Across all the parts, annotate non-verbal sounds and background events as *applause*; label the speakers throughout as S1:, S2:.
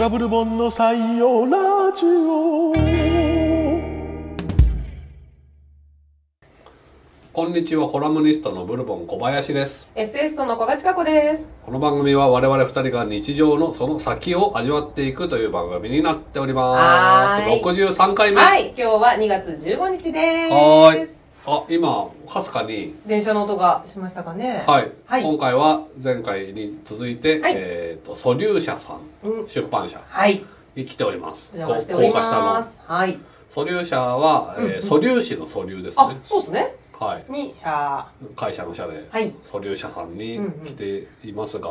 S1: ダブルボンの採用ラジオ
S2: こんにちは、コラムニストのブルボン小林です。
S3: SS との小賀千佳子です。
S2: この番組は我々二人が日常のその先を味わっていくという番組になっております。
S3: はーい
S2: 63回目。
S3: はい、今日は2月15日です。
S2: はーいあ、今、かすかに、
S3: 電車の音がしましたかね。
S2: はい、
S3: はい。
S2: 今回は前回に続いて、
S3: はい
S2: えっ、と、素粒社さん、
S3: うん
S2: 出版社
S3: はい。
S2: に来ております。
S3: お邪魔しておりま
S2: こ
S3: す。はい。
S2: う高架下の。素粒社は、えー
S3: うんうん
S2: 素粒子の素粒です
S3: あ
S2: ね、。
S3: そうですね。
S2: はい。
S3: に、シャ
S2: 会社の社で、
S3: はい
S2: 素粒社さんに来ていますが、あ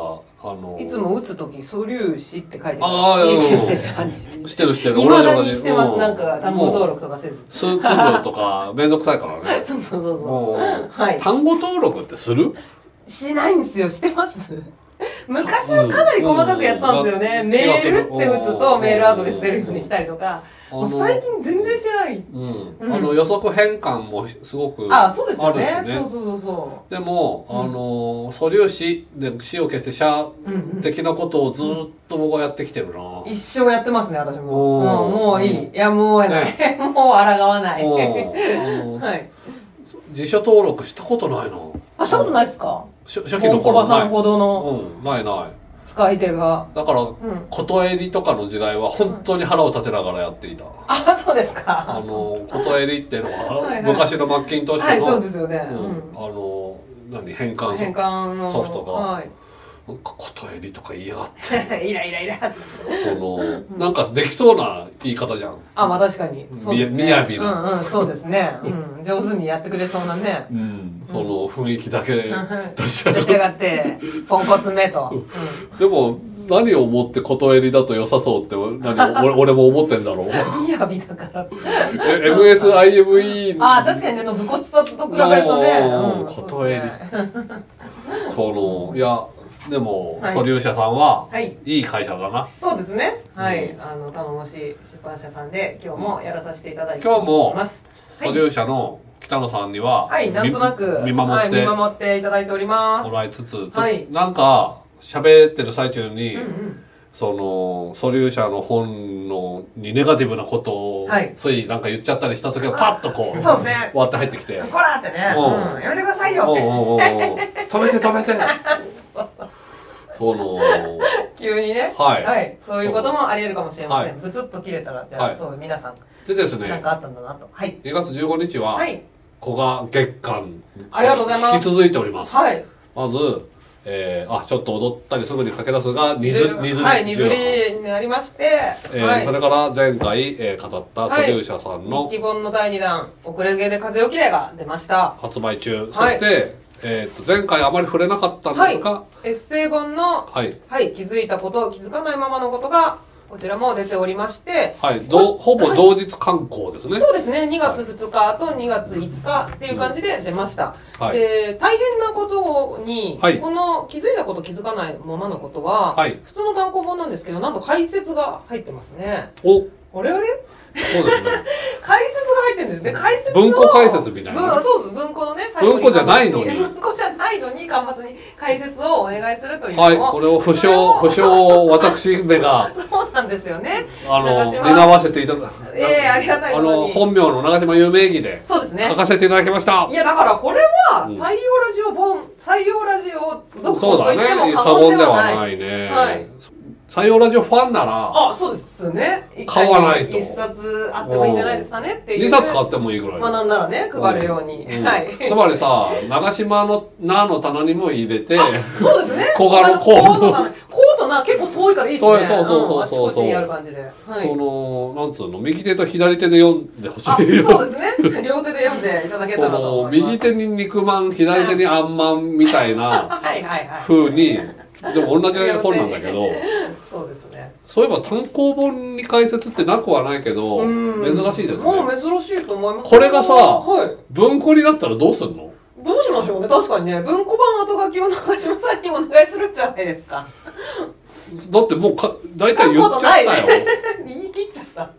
S2: の
S3: ー。いつも打つとき、素粒子って書いて
S2: あー
S3: ある。
S2: うん
S3: CS でシャーにして。
S2: してるしてる。
S3: いまだにしてます。
S2: 俺
S3: な
S2: ら
S3: ん
S2: がね
S3: か、単語登。録とかせず。
S2: 数通料と
S3: *laughs*
S2: か、めんどくさいからね。
S3: そうそうそう
S2: もう
S3: そう。はい。
S2: 単語登録ってする
S3: しないんですよ。してます昔はかなり細かくやったんですよね。
S2: うん
S3: メールって打つとメールアドレス出るようにしたりとか。
S2: あ
S3: も
S2: の
S3: う最近全然してない。
S2: うん。
S3: うん
S2: あの、予測変換もすごくあ
S3: あ、
S2: るしね。
S3: そうですよね。そうそうそうそ
S2: でも、
S3: うん
S2: あの、素粒子で死を消して、シャ
S3: う。うんうん。
S2: 的なことをずっと僕はやってきてるな。
S3: 一生やってますね、私も。
S2: おー
S3: うんもういい。いや、もうやない。 *laughs* もう抗わない。
S2: うん
S3: *laughs* は
S2: あの
S3: い。
S2: 辞書登録したことないな。
S3: あ、したことないですか
S2: 初初期
S3: 本
S2: の
S3: コ
S2: 頃
S3: バ
S2: な
S3: さ
S2: い。
S3: んほどの
S2: うん、ないない。
S3: 使い手が。
S2: だから、
S3: うん。
S2: ことえりとかの時代は本当に腹を立てながらやっていた。
S3: あ、そうです
S2: あ
S3: か。
S2: の、ことえりっていうのは、
S3: はいはい
S2: 昔のマッキントッシ
S3: は
S2: ュ
S3: い、
S2: の、
S3: そうですよね。
S2: う
S3: うんん
S2: あの、何、変換速
S3: 変
S2: 度
S3: 換の。
S2: ソフトが
S3: はい。 *laughs*
S2: なんかことえりとか言いやがっ
S3: イライライラ。
S2: て、この、なんかできそうな言い方じゃん。
S3: あ、まあ確かに。そうですね。
S2: みやびな
S3: うんうん、そうですね。うん。上手にやってくれそうなね。
S2: うん、その雰囲気だけ
S3: ん
S2: 出し上が
S3: 出し
S2: る
S3: 上がって、ポンコツめと。うん
S2: *laughs* でも、何を思ってことえりだと良さそうって、
S3: *laughs*
S2: 何を俺俺も思ってんだろう。
S3: みやびだから。
S2: え MSIME
S3: *laughs* ああ、確かにね、あの武骨さと比べるとね。
S2: もう
S3: うん
S2: ことえり
S3: そうですね
S2: その、いや、でも、
S3: はい
S2: 素粒子さんは、
S3: はい。
S2: いい会社だな。
S3: そうですね。はい。
S2: う
S3: あの、頼もしい出版社さんで、今日もやらさせていただいて
S2: 今日も
S3: ます。はい
S2: 素。粒子の北野さんには、
S3: はい、なんとなく、
S2: 見見守って
S3: はい、見守っていただいております
S2: も。らいつつ、と
S3: はい
S2: なんか喋ってる最中に、
S3: うんうん。
S2: その素粒子の本のにネガティブなことを、
S3: はい
S2: ついなんか言っちゃったりした時はパッとこう
S3: そうですね
S2: 割って入ってきて。
S3: こらってね、
S2: うん
S3: うん、やめてください
S2: おう
S3: よって。
S2: おうおう止めて止めて
S3: そ
S2: そ
S3: う
S2: の
S3: 急にね。
S2: はい
S3: そういうこともあり得るかもしれませ
S2: は
S3: ん。ブツッと切れたら、じゃあ、
S2: はい
S3: そう、皆さん、
S2: でです
S3: なん
S2: ね
S3: かあったんだなと。はい。
S2: 2月15日は、
S3: はい。
S2: 古賀月間
S3: ありがとうございます
S2: 引き続いております
S3: はい。
S2: まず、えー、あちょっと踊ったりすぐに駆け出すが二
S3: 十
S2: ず二ずり
S3: はい、二釣
S2: 十八
S3: りになりまして、
S2: えー
S3: はい
S2: そ。れから前回、えー語った素粒者さんの
S3: 日記本の第2弾、遅れ毛で風よきれいが出ました。
S2: 発売中、
S3: は
S2: そし
S3: い
S2: て、えー、と前回あまり触れなかったんですが、
S3: エッセイ本の、
S2: はい
S3: はい、気づいたこと、気づかないままのことが、こちらも出ておりまして、
S2: はいどうほぼ同日刊行ですね。
S3: そうですね、2月2日と2月5日っていう感じで出ました。
S2: はい
S3: で、大変なことに、
S2: はい
S3: この気づいたこと気づかないままのことは、
S2: はい
S3: 普通の単行本なんですけど、なんと解説が入ってますね。
S2: おそう
S3: あれあれ
S2: ですね。
S3: 解説が入ってるんですね。解説を
S2: 文庫解説みたいな
S3: 文そうです。文庫のね、最後に
S2: 文庫じゃないのに
S3: 文庫じゃないのに、間末に解説をお願いするというのを。
S2: はいこれを不
S3: それを
S2: 詳不詳を私め
S3: *laughs*
S2: が
S3: そうなんですよね。
S2: あの
S3: 長島
S2: 担わせていただ
S3: ええありがたい
S2: あ
S3: こと
S2: の
S3: に。
S2: 本名の長島有名義で
S3: そうですね
S2: 書。かせていただきました
S3: い。や、だからこれは、
S2: うん
S3: 採用ラジオ本、採用ラジオ読
S2: そ
S3: 本
S2: う
S3: と
S2: だ
S3: 言っても
S2: ね
S3: 過
S2: 過言
S3: 言
S2: で
S3: で
S2: は
S3: はな。
S2: ないいね。
S3: はい
S2: 採用ラジオファンなら
S3: あ、そうですね。一
S2: 買わないと
S3: 回に一冊あってもいいんじゃないですかねっていう。
S2: 2冊買ってもいいぐらい。
S3: まあなんならね、配るように。
S2: うん
S3: はい。
S2: つまりさ長島の「な」の棚にも入れて。
S3: そうですね。
S2: *laughs* 小柄の
S3: コ
S2: コー
S3: ー
S2: ト
S3: トなの。コートな、結構遠いからいいです
S2: そ
S3: ね。
S2: うそうそうそうそう
S3: うんあちこちにある感じで。はい。
S2: その、なんつうの、右手と左手で読んでほし
S3: あ、
S2: いよ。
S3: そうですね。 *laughs* 両手で読んでいただけたらと
S2: この
S3: 思います。
S2: 右手に肉まん、左手にあんまんみたい
S3: *laughs*
S2: な
S3: はいはいはい。
S2: 風に、でも同じ本なんだけど、
S3: そうですね。
S2: そういえば単行本に解説ってなくはないけど、
S3: うん
S2: 珍しいです
S3: も
S2: ね。
S3: う珍しいと思います。
S2: これがさ
S3: はい。
S2: 文庫になったらどうすんの
S3: どうしましょうね。確かにね、文庫版後書きを中島さんにお願いするんじゃないですか。 *laughs*
S2: だってもうか、大体言っちゃった
S3: 書くこ
S2: よ。
S3: 言い切っちゃった。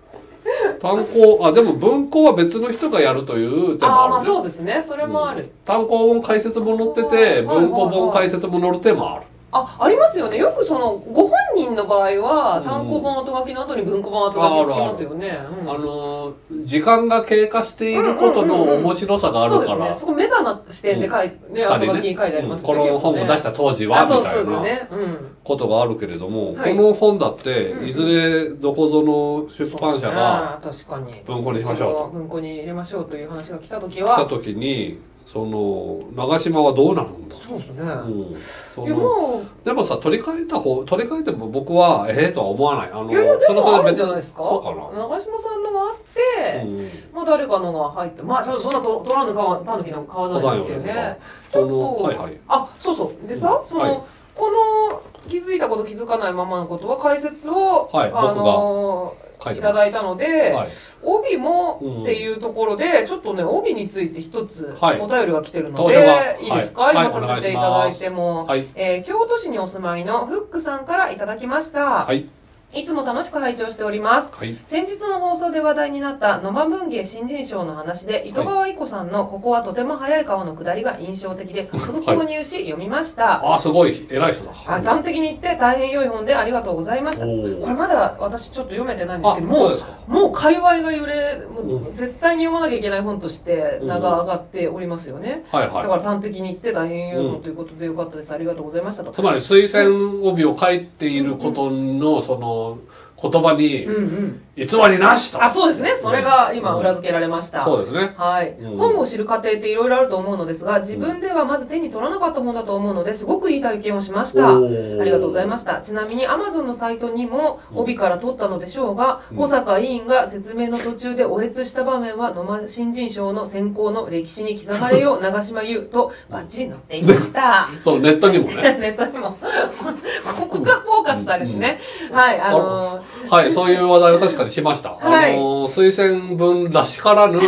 S2: 単行、あ、でも文庫は別の人がやるという手も
S3: あ
S2: あ
S3: あ、
S2: る、ね。
S3: まあそうですね。それもある。
S2: 単行本解説も載ってて、文庫本解説も載る手もある。
S3: あありますよねよくそのご本人の場合は
S2: ん
S3: 単行本後書きの後に文庫本後書きつきますよね
S2: あ
S3: うん
S2: のー時間が経過していることの面白さがあ
S3: そう
S2: る
S3: です
S2: か
S3: ね
S2: ら
S3: そこメタな視点で書いね後書きに書いてありますよ
S2: こ
S3: ね
S2: の本を出した当時は
S3: あそう
S2: みた
S3: そう
S2: い
S3: です
S2: な
S3: ねうん
S2: ことがあるけれども、
S3: はい
S2: この本だって
S3: うん
S2: いずれどこぞの出版社が
S3: そうですね確かに
S2: 文庫にしましょうと
S3: そこは文庫に入れましょうという話が来た時
S2: 来た
S3: は
S2: 時にその長島はどうなるんだ、
S3: そうですね
S2: うんそ
S3: いや
S2: の
S3: もう
S2: でもさ取り替えた方取り替えても僕はええとは思わないあの
S3: いやいやで
S2: それ
S3: も
S2: は
S3: あるん
S2: 別
S3: じゃないですか
S2: そうか
S3: 長嶋さんのがあっ
S2: な、
S3: て、
S2: うん
S3: まあ誰かのが入ってまあそそんなと取らぬ川タヌキなんか買わないですけ
S2: 買
S3: ど
S2: わないよ
S3: ね
S2: ね
S3: ちょっと
S2: そのはいはい
S3: あそうそうでさ、
S2: うん
S3: その、
S2: はい
S3: この気づいたこと気づかないままのことは解説を、
S2: はい
S3: あの
S2: 書いて
S3: い
S2: ます
S3: ただいたので、
S2: はい、
S3: 帯も、
S2: うん
S3: っていうところでちょっとね帯について一つ
S2: はい
S3: お便りが来てるの
S2: 投票
S3: で、
S2: が
S3: い、いですか、
S2: はい
S3: 今
S2: はい
S3: させていただいても、
S2: はい
S3: えー京都市にお住まいのフックさんからいただきました、
S2: はい
S3: いつも楽しく拝聴しております。
S2: はい
S3: 先日の放送で話題になった野間文芸新人賞の話で、糸川愛子さんのここはとても早い顔の下りが印象的で、早速購入し読みました。
S2: ああすごい偉い人だ
S3: あ端的に言って大変良い本でありがとうございました。
S2: おー
S3: これまだ私ちょっと読めてないんです
S2: あ
S3: けど、
S2: そ
S3: も
S2: うで
S3: う
S2: す、か
S3: もう界隈が揺れ、もう
S2: うん
S3: 絶対に読まなきゃいけない本として名が上がっておりますよね。
S2: はい
S3: だ
S2: は
S3: か
S2: い
S3: ら端的に言って大変良い
S2: うん
S3: 本ということでよかったです。ありがとうございましたと。
S2: つまり推薦帯を書いていることのその言葉に
S3: うんうん。
S2: 偽りなしと。
S3: あ、そうですね。それが今裏付けられました。
S2: そうですね。
S3: はい、
S2: うん
S3: 本を知る過程っていろいろあると思うのですが自分ではまず手に取らなかったものだと思うのですごくいい体験をしました
S2: おー
S3: ありがとうございましたちなみに Amazon のサイトにも帯から取ったのでしょうが、
S2: うん
S3: 小坂委員が説明の途中でおへつした場面は野間新人賞の選考の歴史に刻まれよう長島優とバッチリ載っていました
S2: そう、ネットにもね。
S3: ネットにもここがフォーカスされてね、はいあのー
S2: はい、そういう話題を確かにしました。
S3: はい
S2: あのー、推薦文らしからぬ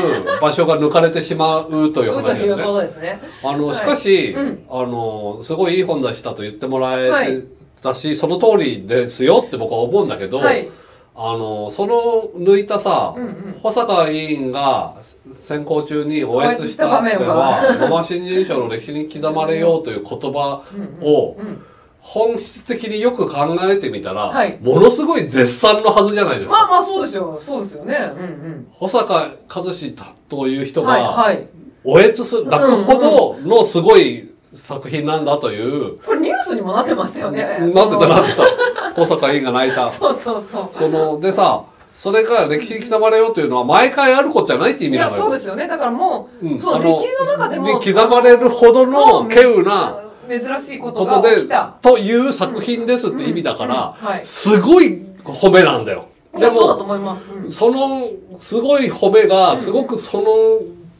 S2: 場所が抜かれてしまうという
S3: うんと
S2: 話で
S3: い
S2: す
S3: うこ
S2: ね。
S3: とですね
S2: あの、
S3: はい
S2: しかし、
S3: うん
S2: あのー、すごいいい本出したと言ってもら
S3: は
S2: え
S3: い
S2: たし、その通りですよって僕は思うんだけど、
S3: はい
S2: あの、その抜いたさ、
S3: うんうん
S2: 保坂委員が選考中に応援した
S3: おえつした場面は
S2: では、野間新人賞の歴史に刻まれようという言葉を
S3: う、ん
S2: 本質的によく考えてみたら、
S3: はい
S2: ものすごい絶賛のはずじゃないです
S3: まあ
S2: か。
S3: まあそうですよそうですよねうんうん
S2: 保坂和志という人
S3: はい
S2: が、
S3: はい。
S2: おえつする、泣くほどのすごい作品なんだという、
S3: これニュースにもなってましたよね。
S2: なんて言ったなんて言った。保坂委員が泣いた。
S3: *laughs* そのそうそう
S2: そ
S3: そ
S2: の、でさ、それから歴史に刻まれようというのは毎回あることじゃないって意
S3: う。い
S2: 味な
S3: や、
S2: のよ。
S3: そうですよね。だからもう、
S2: うん
S3: そ
S2: あ
S3: う、
S2: の
S3: 歴史の中でも。
S2: に刻まれるほどの稀有な
S3: 珍しいこ
S2: ことと
S3: が起き
S2: で
S3: た。、
S2: という作品ですって意味だから
S3: うんうんうんは、い
S2: すごい褒めなんだよ。
S3: いや
S2: で
S3: そうだと
S2: も、
S3: 思います。うん
S2: その、すごい褒めが、すごくその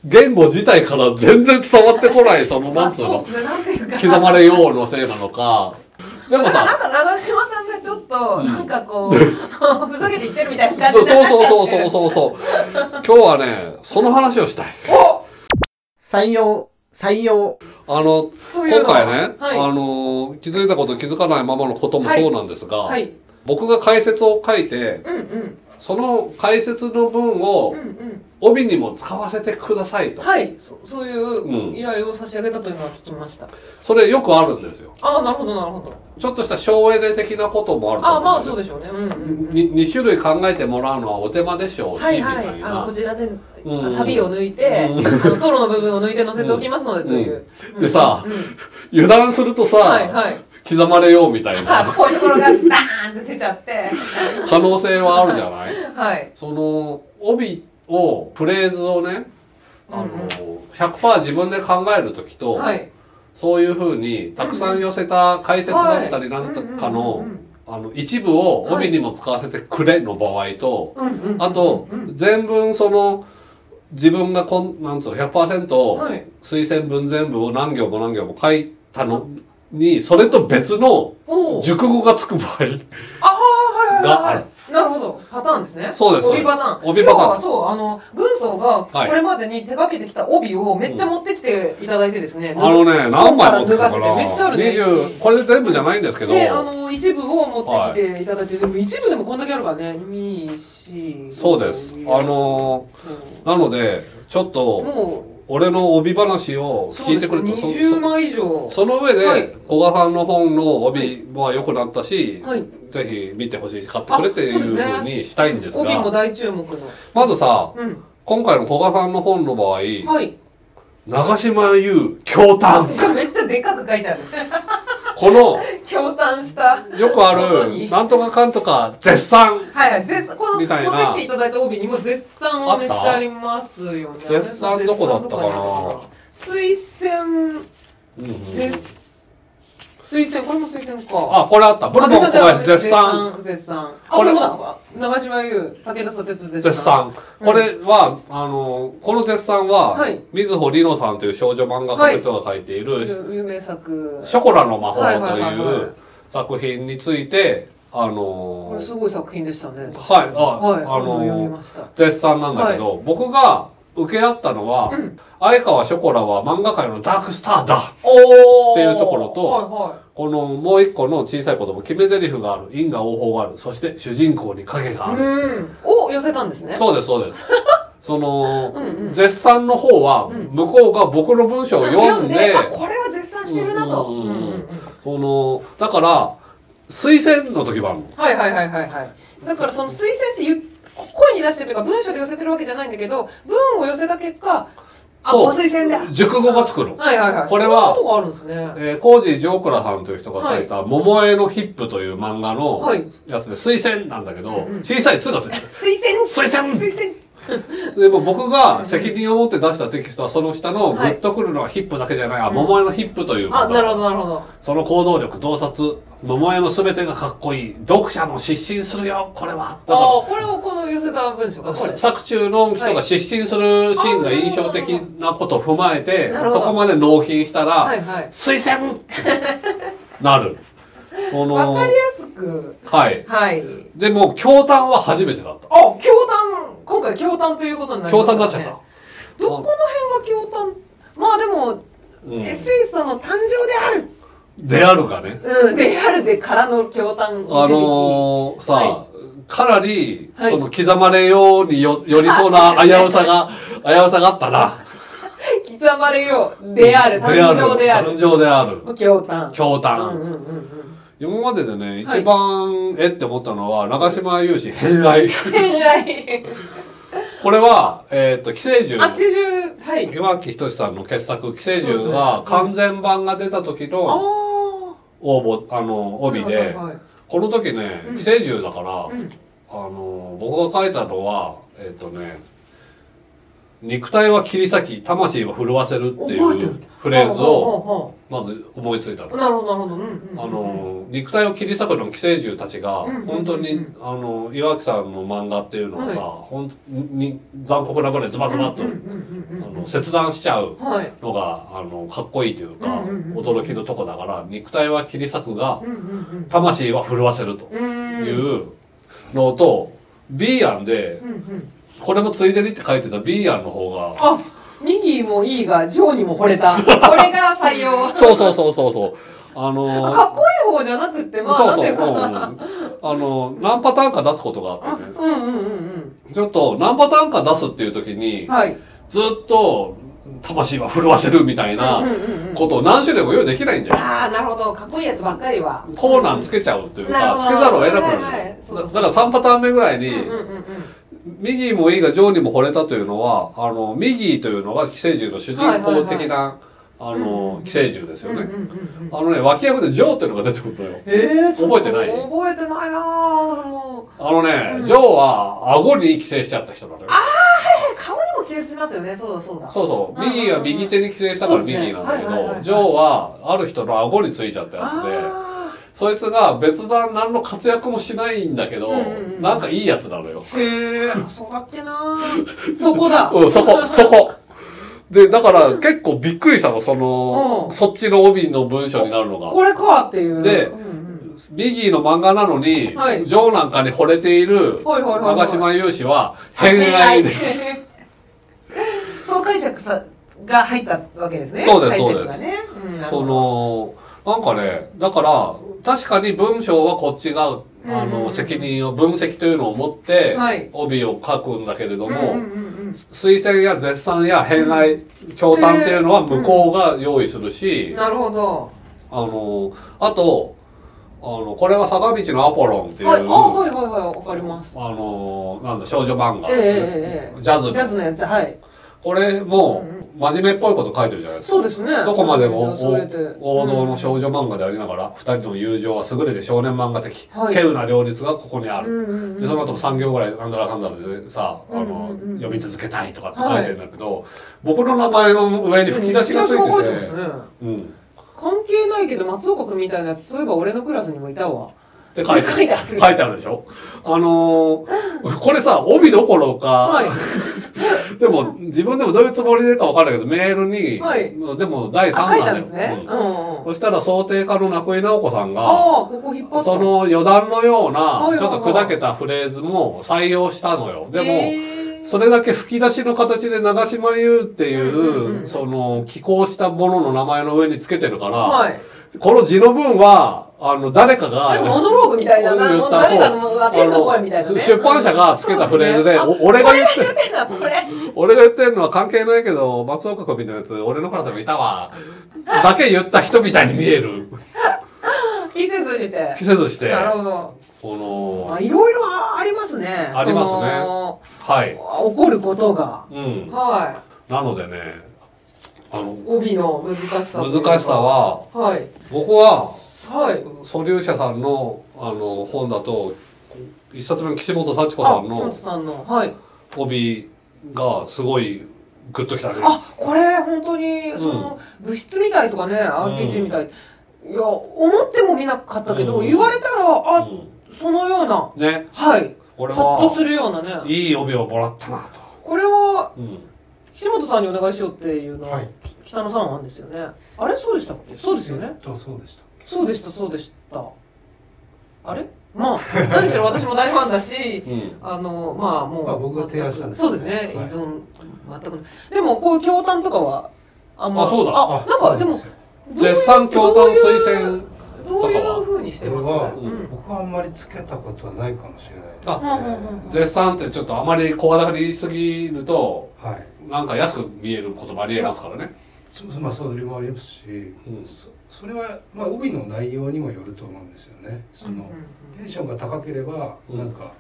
S2: 言語自体から全然伝わってこ
S3: *laughs*
S2: ない、その、
S3: ま
S2: な
S3: あ、
S2: んつう
S3: そう
S2: の
S3: で、すね。なんていうか。
S2: 刻まれようのせいなのか。でも
S3: だから
S2: さ、
S3: なんか長嶋さんがちょっと、なんかこう、 *laughs* ふざけて言ってるみたいな
S2: そ
S3: 感
S2: う
S3: じで。
S2: そうそうそうそう。今日はね、その話をしたい。
S4: 採用、採用。
S2: あの、
S3: という
S2: 今
S3: の
S2: 回
S3: は
S2: ね、
S3: はい
S2: あのー、気づいたこと気づかないままのこともそうなんですが、
S3: はい。
S2: 僕が解説を書いて、
S3: うんうん。
S2: その解説の文を
S3: うんうん。
S2: 帯にも使わせてくださいと。
S3: はい。そそうい
S2: うん
S3: う依頼を差し上げたというのは聞きました。
S2: それよくあるんですよ。
S3: ああ、なるほど、なるほど。
S2: ちょっとした省エネ的なこともあると思
S3: ああ、
S2: う
S3: まあそう
S2: で
S3: でしょうね。うんうんうん。
S2: 2種類考えてもらうのはお手間でしょうし、
S3: はいは
S2: みたい
S3: い、あの
S2: な
S3: こ。ちらで
S2: うん
S3: サビを抜いて、
S2: うん
S3: あのトロの部分を抜いて乗せておきますのでという、
S2: うんでさ
S3: うん
S2: 油断するとさ、
S3: はいはい
S2: 刻まれようみたい
S3: あ
S2: な
S3: こういうところがダーンって出ちゃって
S2: 可能性はあるじゃない
S3: はい
S2: その帯をフレーズをねあの、100%自分で考える時と、
S3: はい
S2: そういうふうにたくさん寄せた解説だったりなんとか
S3: う
S2: の
S3: んうん
S2: あの一部を帯にも使わせてくれの場合と、
S3: うんうんうん
S2: あと全文その自分がこんなんつうの
S3: は
S2: 100%
S3: い
S2: 推薦文全部を何行も何行も書いたのにそれと別の
S3: おう
S2: 熟語がつく場合
S3: ああはいはい
S2: があ
S3: はい
S2: る
S3: はいなるほどパターンですね
S2: そうですそうです
S3: 帯パターン
S2: 帯パターン
S3: 今日はそうあの軍曹
S2: は
S3: が
S2: い
S3: これまでに手掛けてきた帯をめっちゃ持ってきていただいてですね、
S2: あのね何枚持ってたか
S3: 本から脱がせてめっちゃあ
S2: な
S3: るね
S2: 20これで全部じゃないんですけど
S3: であの一部を持ってきていただいて、でも一部でもこんだけあるからね24
S2: そうですあのーなのでちょっと
S3: もう
S2: 俺の帯話を
S3: そう
S2: 聞いて
S3: です
S2: くれ
S3: ね
S2: とそ
S3: 20枚以上
S2: そその上
S3: はい
S2: で古賀さんの本の帯は良くなったし、
S3: はい
S2: ぜひ見てほしいし買ってくれってい
S3: あそううですね
S2: ふうにしたいんです
S3: 帯も
S2: が
S3: 大注目の
S2: まずさ
S3: うん
S2: 今回の古賀さんの本の場合 *laughs*
S3: はい
S2: 長島優驚嘆
S3: めっちゃでかく書いてある
S2: この
S3: 驚嘆した
S2: よくあ
S3: 本当
S2: る
S3: に
S2: なんとかかんとか絶賛
S3: はいはい絶この持
S2: み
S3: って
S2: たいな
S3: きていただいた帯にも絶賛はめっちゃありますよね
S2: あった絶賛どこだったかな
S3: 推薦
S2: うんうん
S3: 絶推薦これも推薦か
S2: あこれあったブルボン小林絶賛
S3: 絶賛あ
S2: こ
S3: こ
S2: れ
S3: れもだ長島優武田砂鉄絶賛
S2: 絶賛。これは、あの、この絶賛は、
S3: はい
S2: 水穂里乃さんという少女漫画家の人が書いている、
S3: 有有名作
S2: ショコラの魔法
S3: はいはいはい
S2: とい
S3: は
S2: う
S3: い
S2: 作品について、あ
S3: こ
S2: の
S3: れ
S2: ー
S3: すごい作品でしたね
S2: はい、あ、
S3: はい、
S2: あ
S3: あの読み
S2: のー
S3: ました
S2: 絶賛なんだけど、僕が受け合ったのは、
S3: うん
S2: 相川ショコラは漫画界のダークスターだー
S3: お
S2: っていうところと
S3: は
S2: このもう一個の小さい子供、決め台詞がある、因果応報がある、そして主人公に影があ
S3: いはい、
S2: る。
S3: うんを寄せたんですね
S2: そうです、そう
S3: *laughs*
S2: です。その、
S3: うんうん
S2: 絶賛の方は、
S3: うん
S2: 向こうが僕の文章を読んで、
S3: あこれは絶賛してるなと、
S2: うんうんうんうん
S3: うんうん
S2: その、だから、推薦の時もあるの。
S3: はいはいはいはいはいだからその推薦って言うこ声に出してというか文章で寄せてるわけじゃないんだけど文を寄せた結果あ
S2: そう
S3: ご推薦だ
S2: 熟語がつくの。
S3: はいはいはい
S2: これは
S3: そういうことがあるんですね
S2: えー、コージー・ジョークラさんという人が書いた、桃江のヒップという漫画の
S3: はい
S2: やつで、推薦なんだけど、
S3: うんうん
S2: 小さい2がついてる。
S3: 推
S2: 推
S3: 薦
S2: 薦
S3: 推薦
S2: でも僕が責任を持って出したテキストは、その下の、グ
S3: はい
S2: ッとくるのはヒップだけじゃない、あ、桃江のヒップという漫画。
S3: あなるほどなるほど
S2: その行動力、洞察、桃江の全てがかっこいい。読者も失神するよ、これは。だから
S3: ああーこれをこの寄せた文章がこれ
S2: 作中の人が失神するシーンが印象的なことを踏まえて、
S3: なるほ
S2: そ
S3: ど
S2: こまで納品したら、
S3: はいはい
S2: 推
S3: *laughs*
S2: 薦ってなる。この
S3: わかりやすく
S2: はい。
S3: はい
S2: でも、教団は初めてだっ
S3: あ教団今回教団ということに
S2: た。
S3: なりま
S2: 教団
S3: したね
S2: になっちゃった。
S3: どこの辺が教団まあでも、
S2: うん
S3: エッセイストの誕生である
S2: であるかね。
S3: うん、であるでからの教団
S2: あ
S3: 導き
S2: のー、さ、
S3: は
S2: かなり、
S3: はい
S2: その刻まれようによ、よりそうな危うさが、危うさがあったな。
S3: 刻まれようである誕生である
S2: 誕生である。
S3: 教団
S2: 教団。
S3: うんうんうんうん
S2: 今まででね、
S3: はい
S2: 一番、えって思ったのは、長島優志偏愛。
S3: 恋愛
S2: これは、えっ、と、寄生獣。
S3: あ世中はい
S2: 岩木仁さんの傑作、寄生
S3: そう
S2: 獣
S3: そう
S2: が
S3: うん
S2: 完全版が出た時
S3: あ
S2: の
S3: ー
S2: 応募、あの、帯
S3: はいはい
S2: で、
S3: はい
S2: この時ね
S3: う、ん
S2: 寄生獣だから、
S3: うん
S2: あの、僕が書いたのは、えっ、とね、肉体は切り裂き、魂は震わせるってい
S3: 覚えて
S2: う
S3: る
S2: フレーズを、
S3: を
S2: まず思いついたの。
S3: なるほどなるほどうんうんうん
S2: あの肉体を切り裂くの寄生獣たちが、
S3: うんうんうんうん
S2: 本当にあの岩木さんの漫画っていうのはさ、
S3: は
S2: 本当に残酷なぐらいズバズバっと、
S3: うんうんうんうん
S2: あの切断しちゃう
S3: はい
S2: のがあのかっこいいというか、
S3: うんうんうん
S2: 驚きのとこだから肉体は切り裂くが
S3: うんうん
S2: 魂は震わせると
S3: うんうんうん
S2: いうのと、B 案で
S3: うんうん
S2: これもついでにって書いてた B 案の方が
S3: あ右もいいがジョーにも惚
S2: *laughs*
S3: れたこれが採用
S2: そうそうそうそうそうあの
S3: かっこいい方じゃなくってまあ
S2: そう
S3: なん
S2: そう
S3: ていうか
S2: うんうんあの何パターンか出すことがあってね
S3: あうんうんうん
S2: ちょっと何パターンか出すっていう時
S3: う
S2: に
S3: ん、はい
S2: ずっと魂は震わせるみたい
S3: うん
S2: な
S3: うんうんうん
S2: ことを何種類も用意できないんだよ。
S3: ああなるほどかっこいいやつばっかりは
S2: コーナーつけちゃうという
S3: なる
S2: か、
S3: ほど
S2: つけざるを得なく
S3: は
S2: ない
S3: はい
S2: る。
S3: そう
S2: だ
S3: だ
S2: だから3パターン目ぐらいに
S3: うん、うんうんうん
S2: ミギーもいいがジョーにも惚れたというのは、あの、ミギーというのが寄生獣の主人公的な、あ
S3: うん
S2: の
S3: う、ん
S2: 寄生獣ですよ
S3: うん
S2: ね。
S3: うんうんうん
S2: あのね、脇役でジョーっていうのが出てくるのよ。
S3: えー、ちょっと
S2: 覚えてない
S3: 覚えてないなぁ。もう、
S2: あのね
S3: う、ん
S2: ジョーは顎に寄生しちゃった人なのよ。
S3: え顔にも寄生しますよね。そうだそうだ。
S2: そうそう。
S3: うんうんうん
S2: 右は右手に寄生したから右なんだけ
S3: そうですねはいはいはいは
S2: ど、
S3: い
S2: ジョーはある人の顎についちゃったやつで、
S3: あ
S2: そいつが別段何の活躍もしないんだけど
S3: うんうんう、ん
S2: なんかいいやつなのよ。
S3: ー。へえ、そうだっけなぁ。そこだ。
S2: うん、そこ、そこ。で、だから結構びっくりしたの、その
S3: う、ん
S2: そっちの帯の文章になるのが。
S3: これかっていう。
S2: で
S3: うんうん、
S2: ミギーの漫画なのに、
S3: はい
S2: ジョーなんかに惚れている
S3: はいはいはいはい
S2: 長島優志は偏愛で。
S3: で。 *laughs* その解釈さが入ったわけですね。
S2: そうです
S3: 解釈が
S2: そう
S3: ね。うんな
S2: そ
S3: るほど
S2: のなんかねだから確かに文章はこっちがあ
S3: うんうんう
S2: の
S3: ん
S2: 責任を分析というのを持って
S3: はい
S2: 帯を書くんだけれど
S3: うんう
S2: も
S3: んうんうん
S2: 推薦や絶賛や偏愛京丹っていうのは向こうが用意するし、
S3: なるほど。
S2: あの、あと、あの、これは坂道のアポロンっていう、
S3: はい、あ、はいはいはい、わかります。
S2: あの、なんだ、少女漫画、
S3: ええええええ
S2: ジャズ
S3: ジャズのやつ、はい。
S2: これも
S3: うん、
S2: 真面目っぽいこと書いてるじゃないですか。
S3: そうですね。
S2: どこまでも
S3: それ
S2: 王
S3: で
S2: 王道の少女漫画でありながら、二人の友情は優れて少年漫画的、
S3: はい
S2: 稀有な両立がここにあ
S3: う
S2: る。
S3: んうんうん
S2: でその後も3行ぐらいなんだらかんだらでさ、あの
S3: うんうんうん
S2: 読み続けたいとかって書いてるんだけど、僕の名前の上に吹き出しがついて
S3: うん吹き出しが書い
S2: て
S3: ますね
S2: うん、
S3: 関係ないけど、松岡君みたいなやつ、そういえば俺のクラスにもいたわ。
S2: って書いて
S3: 書いてある
S2: 書いてあるでしょあのーこれさ、帯どころか、
S3: はい。
S2: でも、自分でもどういうつもりでかわからないけど、メールに、
S3: はい
S2: でも第3
S3: あ、
S2: 弾
S3: 書いた
S2: だ
S3: んで
S2: よ
S3: すね。うんうんうん。
S2: そしたら想定家の中井直子さん
S3: あ
S2: が、
S3: あ、ここ引っ張った。
S2: その余談のような
S3: は、い
S2: ちょっと砕けたフレーズも採用したのよ。で
S3: へ
S2: も、
S3: え
S2: それだけ吹き出しの形で長島優ってい
S3: うんうんう
S2: う、
S3: ん
S2: その、寄稿したものの名前の上につけてるから、
S3: はい。
S2: この字の文は、あの、誰かが、
S3: なんかモノローグみたいな、な
S2: 言
S3: も
S2: っ
S3: う
S2: た
S3: 誰かの
S2: そう
S3: もの天の声みたいなね。
S2: 出版社がつけたフレーズで、
S3: そうす
S2: お
S3: ね
S2: 俺が言って、
S3: あ天のこれ。 *laughs*
S2: 俺が言ってるのは関係ないけど、松岡君みたいなやつ、俺のクラスにもいたわ。だけ言った人みたいに見え
S3: *laughs*
S2: る。
S3: 季節して
S2: 着。せずして。
S3: なるほど。
S2: こ
S3: あ
S2: の、
S3: いろいろあありますね。
S2: ありますね
S3: その
S2: はい。
S3: あ起こることが。
S2: うん。
S3: は
S2: なのでね、あの
S3: い。、帯の難しさというか。
S2: 難しさは、
S3: はい。
S2: 僕は、
S3: はい。
S2: 素粒社さんの、あの、本だと、一冊目の岸本幸子さ
S3: あ、
S2: ん
S3: 岸本
S2: の
S3: さんの。はい。
S2: 帯がすごいグッときたね。
S3: あ、これ本当に、その、物質みたいとかね、RPG みたい。いや、思っても見なかったけど、
S2: うん
S3: 言われたら、
S2: う
S3: あ、
S2: ん
S3: そのような、
S2: ね、
S3: はい。
S2: これ
S3: ハッと
S2: は、
S3: するようなね。
S2: いい帯をもらったなと。
S3: これは、
S2: うん。
S3: 岸本さんにお願いしようっていうのは、
S5: はい
S3: き北野さんなんですよねあれそうでしたっけそうですよね
S5: とそうでした
S3: そうでしたそうでしたあれまあ何しろ私も大ファンだし *laughs*
S2: うん。
S3: あのまあもう、
S5: まあ僕が提案したんです
S3: そ
S5: よ
S3: うで
S5: ね
S3: すね、
S5: はい
S3: 依存全くでもこう京丹とかはあんま
S2: あそうだ
S3: あなんかでも
S5: すよ
S3: どういう
S2: 絶賛共感推薦
S3: どういうふうにしてます
S5: これは
S3: うんうん
S5: 僕はあんまりつけたことはないかもしれないですね
S2: あ
S3: うんうん
S2: 絶賛ってちょっとあまり声高に言いすぎると
S5: はい
S2: なんか安く見えることもありえますからね
S5: そまあそれもありますし、
S2: うん
S5: そそれはまあ帯の内容にもよると思うんですよねその、テンションが高ければ
S2: うん
S5: なんか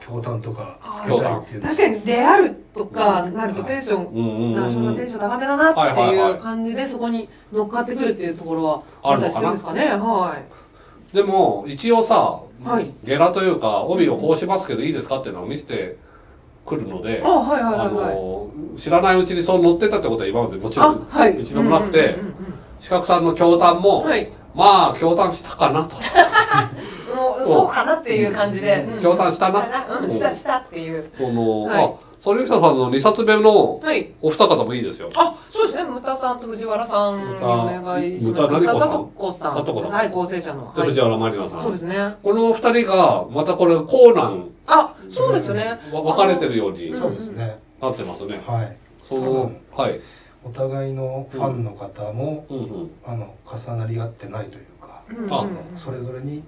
S5: 強炭とか
S3: あ
S5: つ
S3: ー
S5: けたいっていう
S3: 確かに出会うとかなるとテンション
S2: うんうん
S3: 長嶋さん
S2: う
S3: テン
S2: ん
S3: ション高めだなって
S2: はいはい
S3: い
S2: は
S3: う
S2: い
S3: 感じでそこに乗っかってくるっていうところは
S2: あるの
S3: たりす
S2: か
S3: るん
S2: な
S3: ですかねはい
S2: でも一応さ、
S3: はい
S2: ゲラというか帯をこうしますけどいいですかっていうのを見せてくるので
S3: あはいはい
S2: あ
S3: はいはい
S2: の知らないうちにそう乗ってたってことは今までもちろん
S3: は
S2: 一度もなくて
S3: うんうんうん
S2: 四角さんの共談も、
S3: うんはい
S2: まあ共談したかなと
S3: もうそうかなっていう感じで
S2: うん
S3: うん
S2: 共感したな
S3: うんしたしたっていう
S2: その、
S3: はい
S2: あそれゆきさんの2冊目の
S3: はい
S2: お二方もいいですよ
S3: あそうですねムタさんと藤原さんにお願いしま
S2: ム
S3: す
S2: タ
S3: ムタ
S2: ムタ何子さん
S3: 里子さ
S2: 里子さ
S3: ん
S2: ん
S3: はい構成者の
S2: で
S3: はい
S2: 藤原まりなさん、
S3: そうですね
S2: この二人がまたこれコーナン
S3: あそうですよね
S2: わ分かれてるように
S3: ん
S5: そうですね、
S2: なってますね。
S5: はい
S2: その、はい。
S5: お互いのファンの方も、
S2: うんうん。
S5: あの重なり合ってないというか、
S3: うんうんうん
S2: あ
S5: それぞれに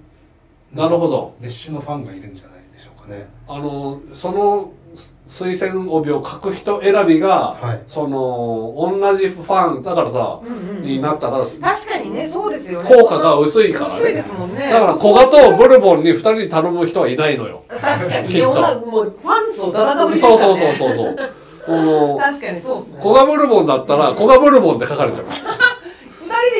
S2: なるほど。
S5: 別種のファンがいるんじゃないでしょうかね
S2: あの、そのす推薦帯を書く人選びが、
S5: はい
S2: その、同じファン、だからさ、
S3: うんうん
S2: になったら、
S3: 確かにねそうですよね
S2: 効果が薄いから、ね。
S3: 薄いですもんね
S2: だから、小型をブルボンに二人に頼む人はいないのよ。
S3: 確かに
S2: きっと
S3: 女もうファン層だだか
S2: そう
S3: ぶりでした
S2: そ
S3: ね
S2: うそうそうそう。この、
S3: 確かにそうっすね
S2: 小賀ブルボンだったら、小賀ブルボンって書かれちゃう。
S3: 二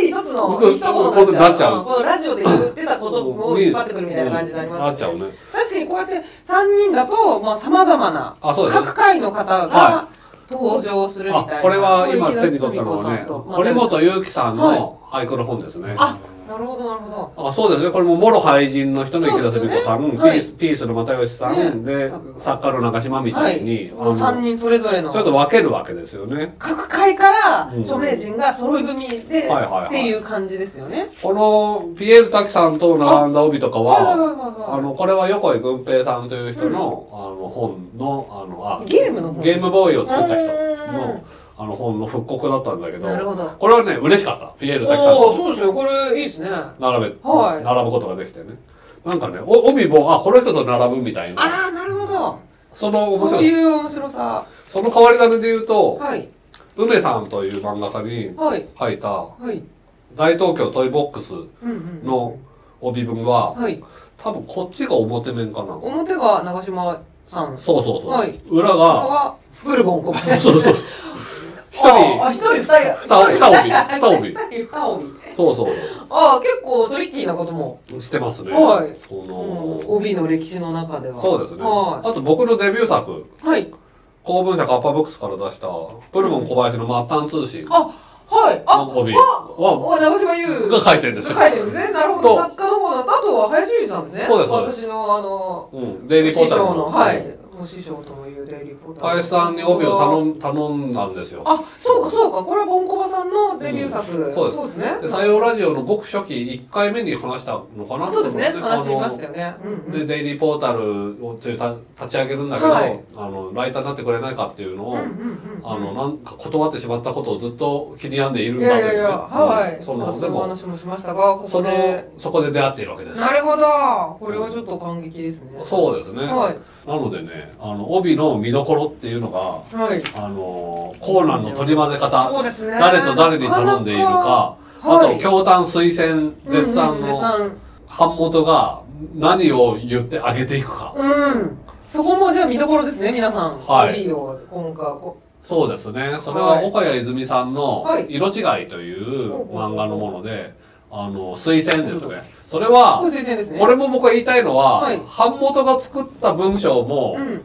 S3: 人で一つの
S2: そう
S3: 一言になっちゃう
S2: ことになっちゃう
S3: このラジオで言ってたことを引っ張ってくるみたいな感じになります、
S2: うんなっちゃうね。
S3: 確かにこうやって三人だとまあ様々な
S2: あそうです
S3: 各界の方が
S2: は
S3: 登場するみたいな、
S2: あこれは今手に取ったのはね
S3: 小
S2: 堀
S3: 池田
S2: 本裕樹さんの俳句の本ですね、
S3: あなるほどなるほど
S2: あそうですねこれももろ俳人の人の池田澄子さん、
S3: そうで
S2: ピ
S3: すよねはい
S2: ースピースの又吉さん、
S3: ね
S2: で
S3: 作
S2: 作家の中島みた
S3: はい
S2: いに、
S3: この三人それぞれの
S2: ちょっと分けるわけですよね
S3: 各界から
S2: うん
S3: 著名人が揃い踏み
S2: は
S3: で、
S2: いはいはい
S3: っていう感じですよね
S2: このピエール滝さんと並んだ帯とか
S3: はいはいはい
S2: は
S3: はい
S2: あのこれは横井軍平さんという人の,、あの本のあのあ
S3: ゲームの本
S2: ゲームボーイを作った人
S3: うん
S2: のあの本の復刻だったんだけど
S3: なるほど
S2: これはね嬉しかったピエール滝さん
S3: おお
S2: と
S3: ーそうですよこれいいですねあ
S2: 並べ、
S3: はい
S2: 並ぶことができてね。なんかね、お帯も、あ、この人と並ぶみたいな。
S3: あなるほど
S2: その面
S3: そ
S2: 白
S3: う
S2: い。
S3: いう面白さ
S2: その変わり種で言うと、
S3: はい
S2: 梅さんという漫画家に
S3: はい。
S2: 書いた
S3: はい。
S2: 「大東京トイボックス
S3: うんうん。」
S2: の帯文は
S3: はい。
S2: 多分こっちが表面かな
S3: 表が長島さん。
S2: そうそうそう、
S3: はい
S2: 裏が
S3: は、ブルボン小林。
S2: そうそうそう一人
S3: あ、一人二人。
S2: 二人
S3: 二
S2: 二
S3: 人
S2: 帯
S3: 二人二帯。
S2: そうそう
S3: ああ、結構トリッキーなことも。
S2: してますね
S3: はい
S2: その
S3: もう、帯の歴史の中では。
S2: そうですねあ
S3: は
S2: と僕のデビュー作
S3: い。はい。
S2: 公文社カッパブックスから出したプルモン小林の末端通信
S3: はい。あ、
S2: の帯は
S3: お長島優。
S2: が書いてるんです
S3: 書
S2: よ
S3: いてるんですね。なるほ
S2: そ
S3: ど。
S2: う
S3: 作家の方なんだ。あとは林裕二さんですね。
S2: そうですそうです
S3: 私の、あの、
S2: うん、デイリーポ
S3: 師
S2: ータル
S3: 匠の、はい。お師匠ともいうデイリーポーターの。
S2: 林さんに帯を頼ん頼んだんですよ
S3: あ、そうかそうか。これはボンコバさんのデビュー作。
S2: うんそ
S3: そうう
S2: です
S3: ですね。
S2: で採用ラジオのごく初期1回目に話したのかな
S3: そうですね。
S2: あの
S3: 話しましたよね。うんう
S2: で、
S3: ん
S2: デイリーポータルをというた立ち上げるんだけど、
S3: はい
S2: あのライターになってくれないかっていうのを、
S3: うんうんうん
S2: あのなんか断ってしまったことをずっと気に病んでいるん
S3: いや
S2: だ
S3: い
S2: というね
S3: やいや、はい。
S2: うん
S3: そ
S2: そううな
S3: そ
S2: の
S3: う
S2: で
S3: いうお
S2: も
S3: 話もしましたが、こ
S2: そ
S3: こ
S2: の
S3: で。
S2: そこで出会っているわけです
S3: なるほど。これはちょっと感激ですね。
S2: そうですね、
S3: はい。
S2: なのでねあの帯の見どころっていうのが
S3: はい。
S2: あのコーナーの取り混ぜ
S3: そ
S2: 方
S3: うですね。
S2: 誰と誰に頼んでいるか
S3: なかなかは
S2: あ
S3: い
S2: と京丹推薦絶賛
S3: うんうん絶
S2: の
S3: 賛。
S2: 版元が何を言ってあげていくか、
S3: うん。そこもじゃあ見どころですね、皆さん。
S2: はい
S3: いいよ、今回。こ
S2: そうですね。それ
S3: は
S2: はい岡谷泉さんの
S3: はい
S2: 「色違い」という
S3: ほうほう
S2: 漫画のもので、あの、推薦ですね。それは
S3: ご、推薦ですね。
S2: 俺も僕が言いたいのは
S3: はい、
S2: 版元が作った文章も
S3: う、ん。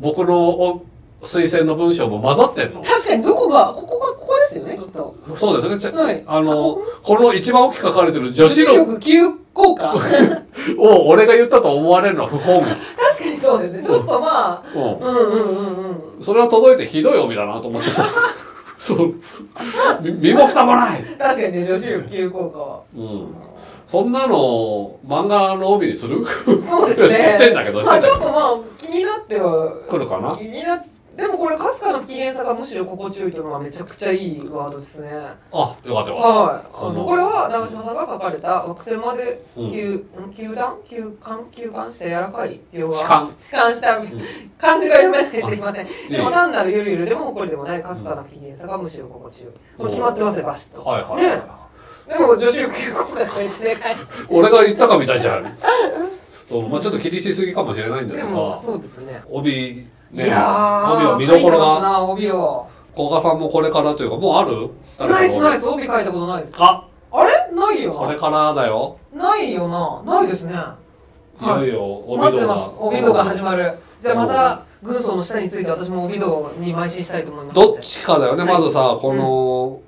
S2: 僕のお推薦の文章も混ざってんの。
S3: 確かにどこが、ここが、ここですよね、きっと。
S2: そうですねち
S3: は
S2: ゃ
S3: い。
S2: あの、この一番大きく書かれてる女子
S3: 女子
S2: 力
S3: 力急降下 *laughs* 確
S2: を俺が言ったと思われるのは不本
S3: かにそうですね。ちょっとまあ、
S2: 意。うん
S3: うんうんうんうん。
S2: それは届いてひどい帯だなと思ってた。そう。み身も蓋もない
S3: 確かにね、女子力急降下は。
S2: うんそんなの漫画の帯にする
S3: そうですね。
S2: してんだけど、し
S3: ま
S2: て
S3: あ
S2: んだ
S3: ちょ
S2: け
S3: っとまあ、気になっては、
S2: ど来るかな
S3: 気になでもこれ、かすかの不機嫌さがむしろ心地よいというのはめちゃくちゃいいワードですね。
S2: あ、よかったよかっ
S3: はい。あ
S2: あの
S3: のこれは長嶋さんが書かれた惑星まで
S2: うん
S3: 球、うん、球団球感球感して柔らかい病は
S2: 弛緩
S3: 弛緩した漢字が読めないすいません。
S2: いえいえ
S3: でも単なるゆるゆるでもこれでもないかすかな不機嫌さがむしろ心地よい。これ決まってますよ、バシッ
S2: た。
S3: と。
S2: はいはい、
S3: ね。でも女子力急降下がめっちゃでかい。
S2: 俺が言ったかみたいじゃん。そうまあちょっと気にしすぎかもしれないんですが、
S3: でも、そうですね。
S2: 帯、ね、
S3: いやー
S2: 帯を見どころ
S3: 書いてます
S2: が、
S3: な帯を
S2: 古賀さんもこれからというか、もうある
S3: ナイスナイ
S2: ス
S3: ス帯書いたことないです
S2: あ、
S3: あれない
S2: これ
S3: よ
S2: からだよ。
S3: なないよなないですね
S2: いよ
S3: はい
S2: よ、帯
S3: 待
S2: 戸
S3: って
S2: が
S3: ます帯戸が始まるじゃあま
S2: う
S3: た軍曹の下について私も帯戸に邁進したいと思います
S2: どっちかだよね、
S3: は
S2: ま
S3: い
S2: ずさ、この、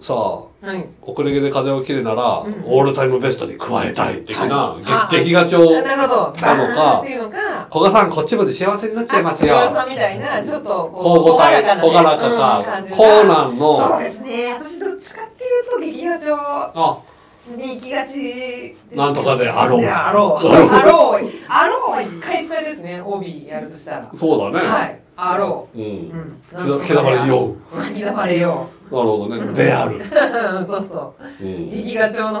S2: さ、
S3: はい
S2: 遅れ毛で風を切るなら、
S3: うん
S2: オールタイムベストに加えたい的な、
S3: は
S2: げ
S3: い
S2: 劇画調。
S3: あなる
S2: な
S3: ほど
S2: のか
S3: バーンっていうのか
S2: 古賀さん、こっちまで幸せになっちゃいますよ。
S3: あ小原さんみたいなちょっと
S2: 交
S3: こう
S2: 互体、
S3: なね
S2: 朗ら
S3: うん
S2: かか
S3: 感、じが
S2: コーナン
S3: そう
S2: の、
S3: ですね私どっちかっていうと劇画調
S2: あ、
S3: に行きがちですけど
S2: なんとかであろう
S3: いやあろう。あろう。あろう。一回使いですね。帯やるとしたら。
S2: そうだね。
S3: はい。あろ
S2: う。
S3: う。うんん。
S2: 刻刻まれよ
S3: *laughs* う。刻まれよ
S2: う。なるほどね。である。
S3: う。そう *laughs* そう。
S2: うん
S3: 劇画調の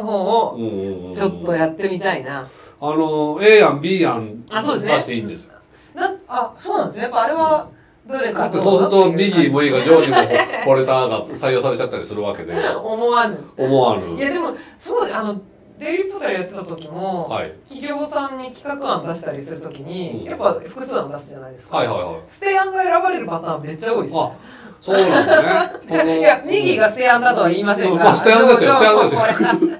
S2: う
S3: 方を
S2: んうんうん
S3: ちょっとやってみたいな。
S2: あの、A 案、B 案、
S3: あそうです
S2: 出
S3: ね
S2: していいんですよ。
S3: なあ、そうなんですね。やっぱあれはどれ
S2: だ
S3: か
S2: ってそうすると、右も
S3: も
S2: いいが、ジョージもこれだが採用されちゃったりするわけで、
S3: 思わぬ。
S2: 思わ
S3: い
S2: ぬ。
S3: やでも、そうだあの、デイリーポータルやってた時も、
S2: はい。
S3: 企業さんに企画案出したりするとき
S2: うん
S3: に、やっぱ複数案出すじゃないですか。
S2: はいはいはい。
S3: ステアンが選ばれるパターンめっちゃ多いですね。
S2: あ、そうなんだねこの。
S3: いや、ミギがステアンだとは言いませんが。
S2: まあステアンですよ
S3: ジョージ
S2: ステア
S3: もこれ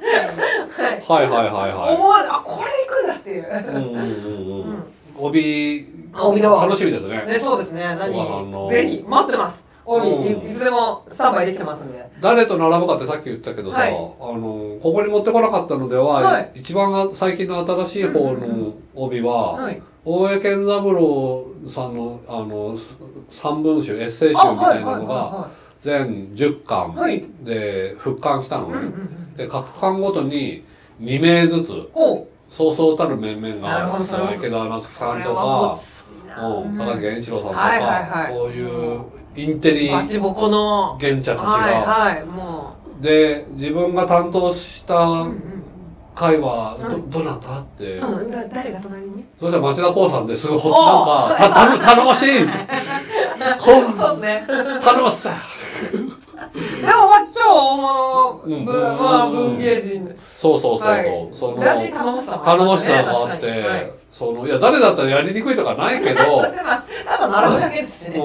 S3: はい。
S2: はいはいはい
S3: 思
S2: は
S3: わず、あ、これ行くんだっていう。
S2: *laughs* い。うんうんうんう
S3: うんん。
S2: 帯、
S3: 帯だ
S2: 楽しみですね。
S3: ね、そうですね。
S2: そうなの
S3: 何ぜひ、待ってます。帯、
S2: うん
S3: いいつでもスタンバイできてますんで。
S2: 誰と並ぶかってさっき言ったけどさ、
S3: はい
S2: あの、ここに持ってこなかったのでは、
S3: はい
S2: 一番最近の新しい方の帯は、
S3: はい。
S2: 大江健三郎さんの、あの、三文集、エッセイ集みたいなのが、全10巻
S3: はい
S2: で復刊したの
S3: い。うんうんう
S2: ね。
S3: ん。
S2: で、各巻ごとに2名ずつ、
S3: ほ
S2: そうそうたる面々
S3: なる
S2: が、
S3: ほどそれは
S2: 池田夏
S3: う。
S2: 樹さん
S3: れ
S2: と
S3: はも
S2: か
S3: う、すごいな、
S2: うん、高橋源一郎さんとか、
S3: はいはいはい
S2: こういうインテリ
S3: バ
S2: 源
S3: チボコの。
S2: 者たちが、
S3: はいはい、も
S2: で自分が担当した
S3: う。うん
S2: 回はど,、
S3: うん
S2: どなたって、
S3: うん。うん、だ誰が隣に
S2: そしたら町田光さんですごいほ
S3: お *laughs*
S2: なんかた頼む頼もしい光
S3: そう
S2: さ
S3: ですね。
S2: ん頼もしさ
S3: でもまあ超大物
S2: うん
S3: ぶまあ文芸人です
S2: そうそうそうそう、
S3: はい
S2: その
S3: だし頼もしさもあり
S2: 頼も
S3: ま
S2: し
S3: すね
S2: さがあって、
S3: 確かにはい
S2: そのいや誰だったらやりにくいとかないけど、
S3: *laughs* それはただ並ぶだけですしね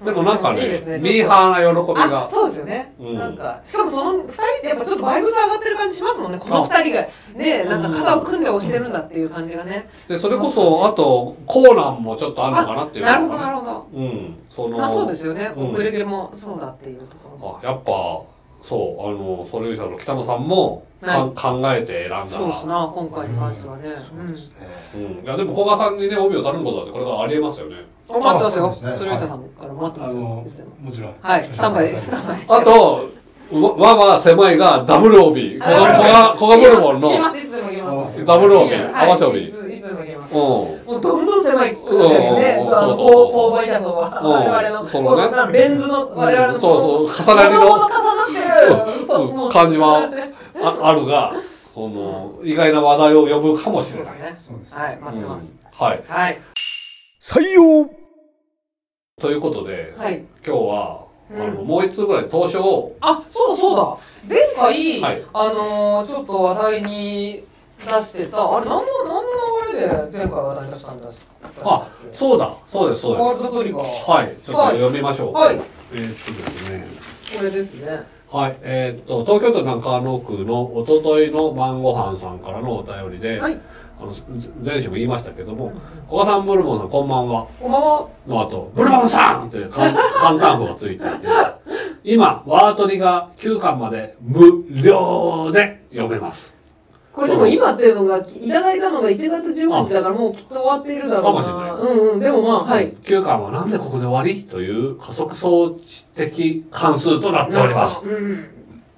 S2: うん、でもなんか
S3: いい
S2: ね
S3: ですね
S2: ミーハーな喜び
S3: あ
S2: が
S3: そうですよね、
S2: うん
S3: なんかしかもその2人ってやっぱちょっとバイブス上がってる感じしますもんねこの2人がねなんか肩を組んで押してるんだっていう感じがね
S2: でそれこそあとコーナンもちょっとあるのかなっていうの
S3: なるほど
S2: が
S3: な
S2: ね
S3: るほど
S2: うんその
S3: あそうですよね
S2: うん
S3: 遅れ毛もそうだっていうところも
S2: あやっぱそうあのソリューションの北野さんも、かん考えて選んだ
S3: そうっすな今回に関してはね、
S5: そううんですね。
S2: うん、いやでも古賀さんにね帯を頼むことだってこれからありえますよね
S3: お待ってますよ
S5: あそうですね
S3: それよささんから待ってま
S5: あ
S3: すよ
S5: の
S3: いつでも
S5: もちろん。
S3: はいスタンバイスタンバイ
S2: あとわ我が狭いがダブル帯古
S3: あダブル帯
S2: 賀古賀ブルボン
S3: いけま
S2: の
S3: すいつでもいけます
S2: ダブル帯
S3: いや
S2: 合わせ帯、
S3: いついつでもいけます
S2: うん
S3: もうどんどん狭い空間よね、
S2: うん
S3: あの
S2: そうそうそう
S3: こう購買者層は、
S2: うん
S3: 我々の、
S2: そのね
S3: こうなんかレンズの、我々の、
S2: うんそうそう重なりの
S3: もともと重なってる、そう、もう、
S2: 感じはああるがその意外な話題を呼ぶかもし
S3: そう
S2: れ
S3: で
S2: ない
S3: すね。
S5: そうですね。
S3: はい、待ってます。
S2: うんはい
S3: はい。
S1: 採用
S2: ということで
S3: はい。
S2: 今日は、
S3: うん
S2: あのもう一通ぐらい投書を
S3: あ、そうだそうだ。前回、
S2: はい
S3: あのー、ちょっと話題に出してた、あれ、何の、何の流れで前回話題に出したんだっけ
S2: あそうだそうですそうです
S3: ワールドトリガー。
S2: はい、ちょっと読みましょう。
S3: はいはい
S2: えーっとですね。
S3: これですね。
S2: はい、えーっと、東京都中野区のおとといの晩ご飯さんからのお便りで、
S3: はい。
S2: あの、ぜ前週も言いましたけども、古賀さん、ブルボンさん、こんばんは。
S3: こんばんは。
S2: の後、ブルボンさん *laughs* って簡簡単符がついていて、今、ワートリが9巻まで無料で読めます。
S3: これでも今っていうのが、いただいたのが1月15日だからもうきっと終わっているだろうな。
S2: かもしれない
S3: うんうん。でもまあ、はい。
S2: 9巻はなんでここで終わりという加速装置的関数となっております。
S3: うんうん。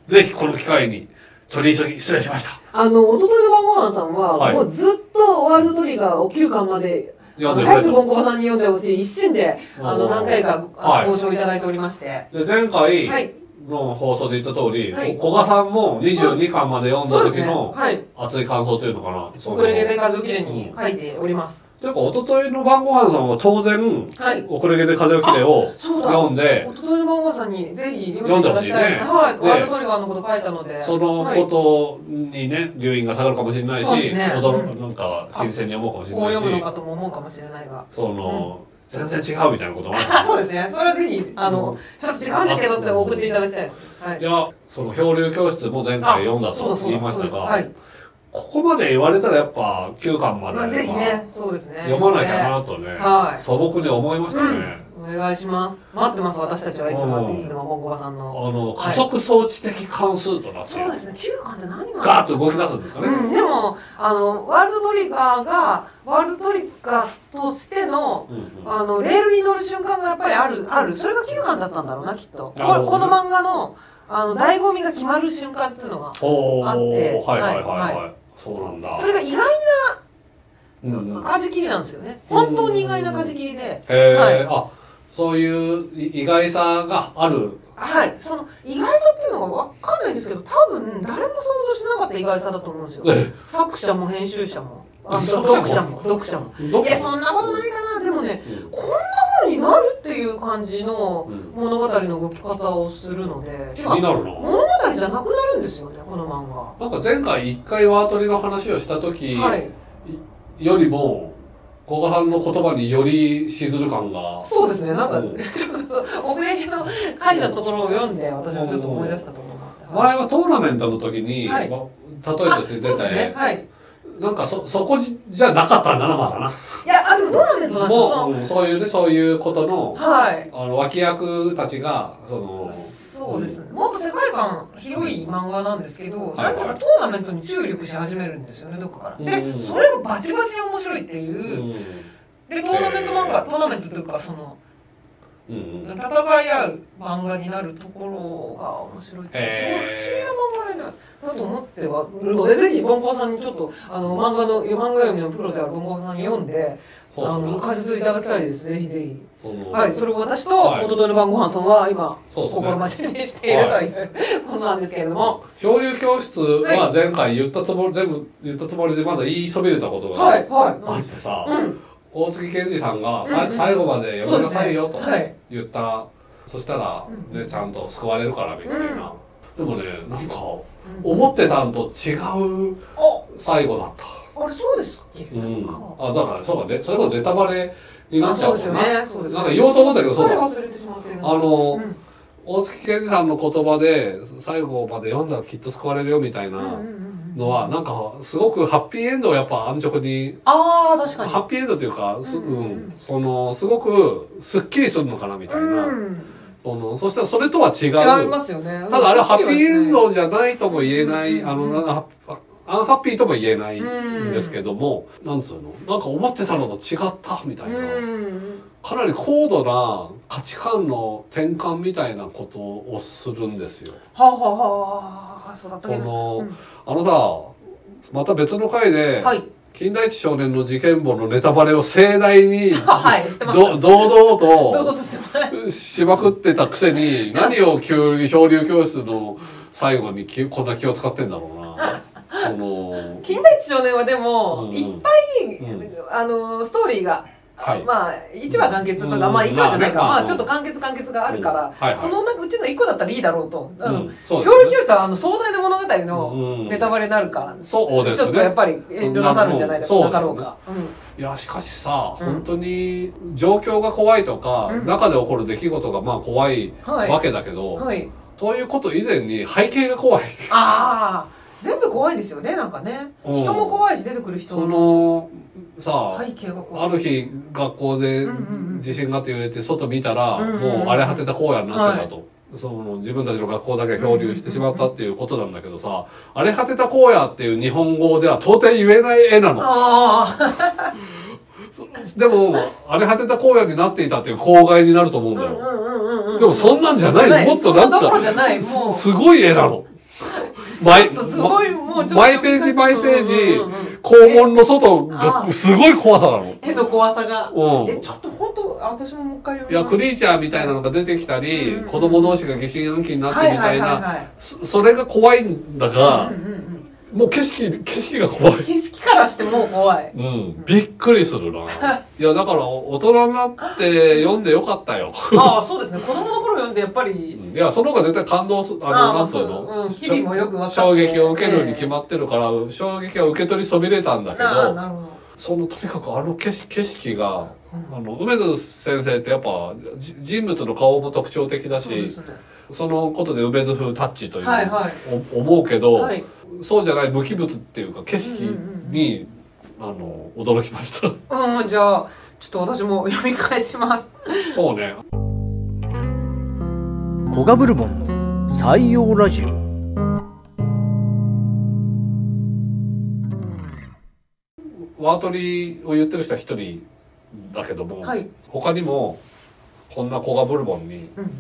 S2: ぜひこの機会に取り急ぎ失礼しました。
S3: あの、おとといの晩ご飯さんは、
S2: はい
S3: もうずっとワールドトリガーを9巻まで、
S2: 読んでく
S3: 早
S2: れ
S3: く
S2: た
S3: ゴンコバさんに読んでほしい一心で、あ
S2: お
S3: の、
S2: ー
S3: 何回か
S2: はい
S3: 交渉いただいておりまして。
S2: で前
S3: は
S2: 回
S3: い。
S2: の放送で言った通り、
S3: はい
S2: 古賀さんも22巻まで読ん
S3: そう
S2: だ
S3: です
S2: 時
S3: ね。
S2: の
S3: はい。
S2: 熱い感想というのかな。その
S3: 遅れ毛で風をきれいに書いております。
S2: というか、一昨日の晩ご飯さんは当然、
S3: はい。
S2: 遅れ毛で風を切れを
S3: そうだ。
S2: 読んで
S3: お、とといの晩ご飯さんにぜひ読んでいただきたいです。は
S2: 読んでほしいね
S3: い。ワールドトリガーのこと書いたので。
S2: その
S3: はい
S2: ことにね、留飲が下がるかもしれないし、
S3: そうですね
S2: 驚
S3: う
S2: なんか新鮮に思うかもしれ
S3: こう読む
S2: な
S3: の
S2: いし
S3: か、とも思うかもしれないが。
S2: その、全然違うみたいなこともある。
S3: あ、そうですね。それはぜひ、あの、ちょっと違うんですけどって送っていただきたいです。はい
S2: い。や、その漂流教室も前回読んだと言いました
S3: そうだそうだ
S2: が、
S3: はい。
S2: ここまで言われたらやっぱ9巻まで
S3: ま
S2: は
S3: あ、ぜひね、そうですね。
S2: 読まなきゃなとね、
S3: はい
S2: 素朴に思いましたね。
S3: お願いします。待ってます、私たちはいつ
S2: う
S3: も、
S2: ん
S3: いつでも、ゴンコバさんの。
S2: あの、
S3: は
S2: 加
S3: い
S2: 速装置的関数となって、
S3: そうですね、9巻って何が
S2: ガーッと動き出すんですかね。
S3: うん、でも、あの、ワールドトリガーが、ワールドトリガーとしての、
S2: うんうん
S3: あの、レールに乗る瞬間がやっぱりある、ある。それが9巻だったんだろうな、きっと。
S2: なる
S3: こ
S2: ほ
S3: こ
S2: どね
S3: の漫画の、あの、醍醐味が決まる瞬間っていうのが、
S2: おー
S3: あって
S2: はいはいはいはい。
S3: は
S2: そうなんだ。
S3: それが意外
S2: うんうん、へ
S3: な舵切りなんですよね。本当に意外な舵切りで、
S2: え、
S3: はい
S2: あ、そういうい意外さがある。 *laughs*
S3: はい、その意外さっていうのがわかんないんですけど、多分誰も想像してなかった意外さだと思うんですよ。作者も編集者も、あ
S2: 作者
S3: と
S2: も
S3: 読者も、読者も。
S2: ど
S3: いや、そんなことないかな。でもね、
S2: うん
S3: こんな風になるっていう感じの
S2: うん
S3: 物語の動き方をするので、
S2: 気
S3: てか
S2: になる
S3: 物
S2: な。
S3: 語じゃなくなるんですよね、この漫画。
S2: なんか前回一回ワートリの話をした時
S3: はい、
S2: よりも、古賀さんの言葉によりしずる感が。
S3: そうですね、なんか、
S2: うん
S3: *laughs* ちょっと、奥行きの回のところを読んで、私もちょっと思い出したところがあって。は
S2: 前
S3: い
S2: はトーナメントの時に、
S3: はい
S2: ま例え
S3: あ
S2: として
S3: そ
S2: 出
S3: うで
S2: た
S3: すね、はい。
S2: なんかそ、そこじじゃなかったんだな、まだな。
S3: いや、あ、でもどうなんですかそ
S2: もう
S3: の、
S2: うんそういうね、そういうことの、
S3: はい。
S2: あの、脇役たちが、その、
S3: そうですね、もっと世界観広い漫画なんですけど、
S2: い
S3: なんとかトーナメントに注力し始めるんですよねどっかから。
S2: う
S3: で
S2: ん
S3: それがバチバチに面白いっていうう、
S2: ん、
S3: でトーナメント漫
S2: へ
S3: 画
S2: ー
S3: トーナメントというかその
S2: うんうん、
S3: 戦い合う漫画になるところが面白いっていう
S2: へ
S3: そう不思議な漫画だなだと思ってはいるのでぜひボンコワさんにちょっとあの漫画の漫画読みのプロであるボンコワさんに読んで
S2: そう
S3: あの
S2: そう。
S3: 解説いただきたいですぜひぜひ。
S2: その
S3: はい、それを私と、
S2: はい
S3: おとといの晩ご飯さんは今、
S2: そうですね
S3: 心待ちにしているということなんですけれども、
S2: 漂流教室は前回言ったつもり、全部言ったつもりでまだ言いそびれたことが、
S3: はい、
S2: あ
S3: は
S2: ってさ、
S3: い。うん、
S2: 大月健二さんが、
S3: うん
S2: さ
S3: うん
S2: 最後まで読めなさいよと
S3: そうですねはい
S2: 言ったそしたら、ね、
S3: うん
S2: ちゃんと救われるからみたいな、でもねなんか
S3: うん
S2: 思ってたんと違う最後だった、
S3: あれそうですっけ、
S2: うん
S3: なんか、
S2: あだからそうだねそれこそネタバレになっちゃうもんな
S3: あそうですよねそうですよね
S2: なんか言おうと思ったけどそう
S3: す
S2: だ
S3: っかり忘れてしまってる
S2: あ
S3: な
S2: の、
S3: うん
S2: 大月健二さんの言葉で最後まで読んだらきっと救われるよみたいなのは、なんかすごくハッピーエンドをやっぱ安直に
S3: ああ確かに
S2: ハッピーエンドというか、す
S3: うんうんうん
S2: うんそのすごくすっきりするのかなみたいな、
S3: うん、
S2: そのそしたらそれとは違う
S3: 違いますよね
S2: ただあれはハッピーエンドじゃないとも言えない、
S3: うん
S2: あのなんかハッアンハッピーとも言えない
S3: う
S2: ん
S3: ん
S2: ですけども、なんつうのなんか思ってたのと違ったみたいな、
S3: うん
S2: かなり高度な価値観の転換みたいなことをするんですよ。
S3: はあ、はあはあはあ、そうだった
S2: こ
S3: けど
S2: の、
S3: うん
S2: あのさまた別の回で、
S3: はい
S2: 金田一少年の事件簿のネタバレを盛大
S3: *laughs*
S2: に
S3: はいしてます
S2: ど堂々
S3: 堂
S2: と
S3: 々としてます
S2: しまくってたくせに何を急に漂流教室の最後にきこんな気を使ってんだろうな。その
S3: 金田一少年はでも、
S2: うん
S3: いっぱい、
S2: う
S3: あのストーリーが、
S2: はい
S3: まあ1話完結とか、
S2: うん
S3: まあ1話じゃないか、
S2: まあ
S3: ま
S2: ね
S3: あちょっと完結完結があるから、
S2: うんはいはい
S3: その中うちの1個だったらいいだろうと。あの
S2: うんそう
S3: 漂
S2: ですね
S3: 流教室はあの壮大な物語
S2: うん
S3: のネタバレになるから、
S2: そうです
S3: ち
S2: ね。
S3: ょっとやっぱり遠慮なさるんじゃないだ
S2: うん
S3: なかろうか。
S2: いやしかしさ、
S3: うん
S2: 本当に状況が怖いとか、
S3: うん
S2: 中で起こる出来事がまあ怖い
S3: はい
S2: わけだけど、
S3: うんはい。
S2: そういうこと以前に背景が怖い。
S3: ああ、全部怖いですよね、なんかね。
S2: うん
S3: 人も怖いし、出てくる人
S2: そ
S3: の
S2: のさあ、
S3: 背景が怖
S2: あ
S3: い。
S2: る日学校で
S3: うんうんうん
S2: 地震があって揺れて外見たら
S3: うんうんうん
S2: もう荒れ果てた荒野になってたと。その自分たちの学校だけ漂流してしまったっていうことなんだけどさ荒れ果てた荒野っていう日本語では到底言えない絵なの
S3: ああ、
S2: そでも荒れ果てた荒野になっていたっていう公害になると思うん
S3: う
S2: だ
S3: んう
S2: よ
S3: んうんうんうん。
S2: でもそんなんじゃないもっとな
S3: な
S2: いん
S3: そんなところじゃ
S2: か
S3: ない。もう、
S2: すすごい絵なの毎
S3: ちょっとすごい、もうちょっと。
S2: 毎ページ毎ページ
S3: うんうんうん
S2: 肛門の外が
S3: え
S2: すごい怖さなの
S3: 絵の怖さが。
S2: うん
S3: え、ちょっと本当、私ももう一回読
S2: いや、
S3: みます
S2: クリーチャーみたいなのが出てきたり、
S3: うん
S2: 子供同士が疑心暗鬼になってみたいな、
S3: はいはいはいはい
S2: そそれが怖いんだが
S3: うん、うんうん
S2: もう景色、景色が怖い。
S3: 景色からしてもう
S2: *laughs*
S3: 怖い。
S2: うん、びっくりする
S3: *laughs*
S2: な。いや、だから、お大人になって読んでよかったよ。
S3: ああ、そうですね。子供の頃読んで、やっぱ
S2: う
S3: り、
S2: んいや、その方が絶対感動する、
S3: あ
S2: あ
S3: あ
S2: の、なんつう
S3: そうう
S2: の、
S3: ん日々もよく分かって
S2: 衝撃を受けるに決まってるから、衝撃は受け取りそびれたんだけ
S3: なあ、
S2: ど、
S3: なるほど。
S2: その、とにかくあの景色景色が、あの、梅津先生ってやっぱ、じ人物の顔も特徴的だし、
S3: そうですね。
S2: そのことで梅津風タッチという、
S3: はいはい
S2: お思うけど、
S3: はい。
S2: そうじゃない無機物っていうか景色に、あの驚きました *laughs*
S3: うん、じゃあ、ちょっと私も読み返します。
S2: そうね
S4: コガブルボンの採用ラジオ
S2: ワートリーを言ってる人は一人だけども、
S3: はい。
S2: 他にもこんな古賀ブルボンに
S3: うんうん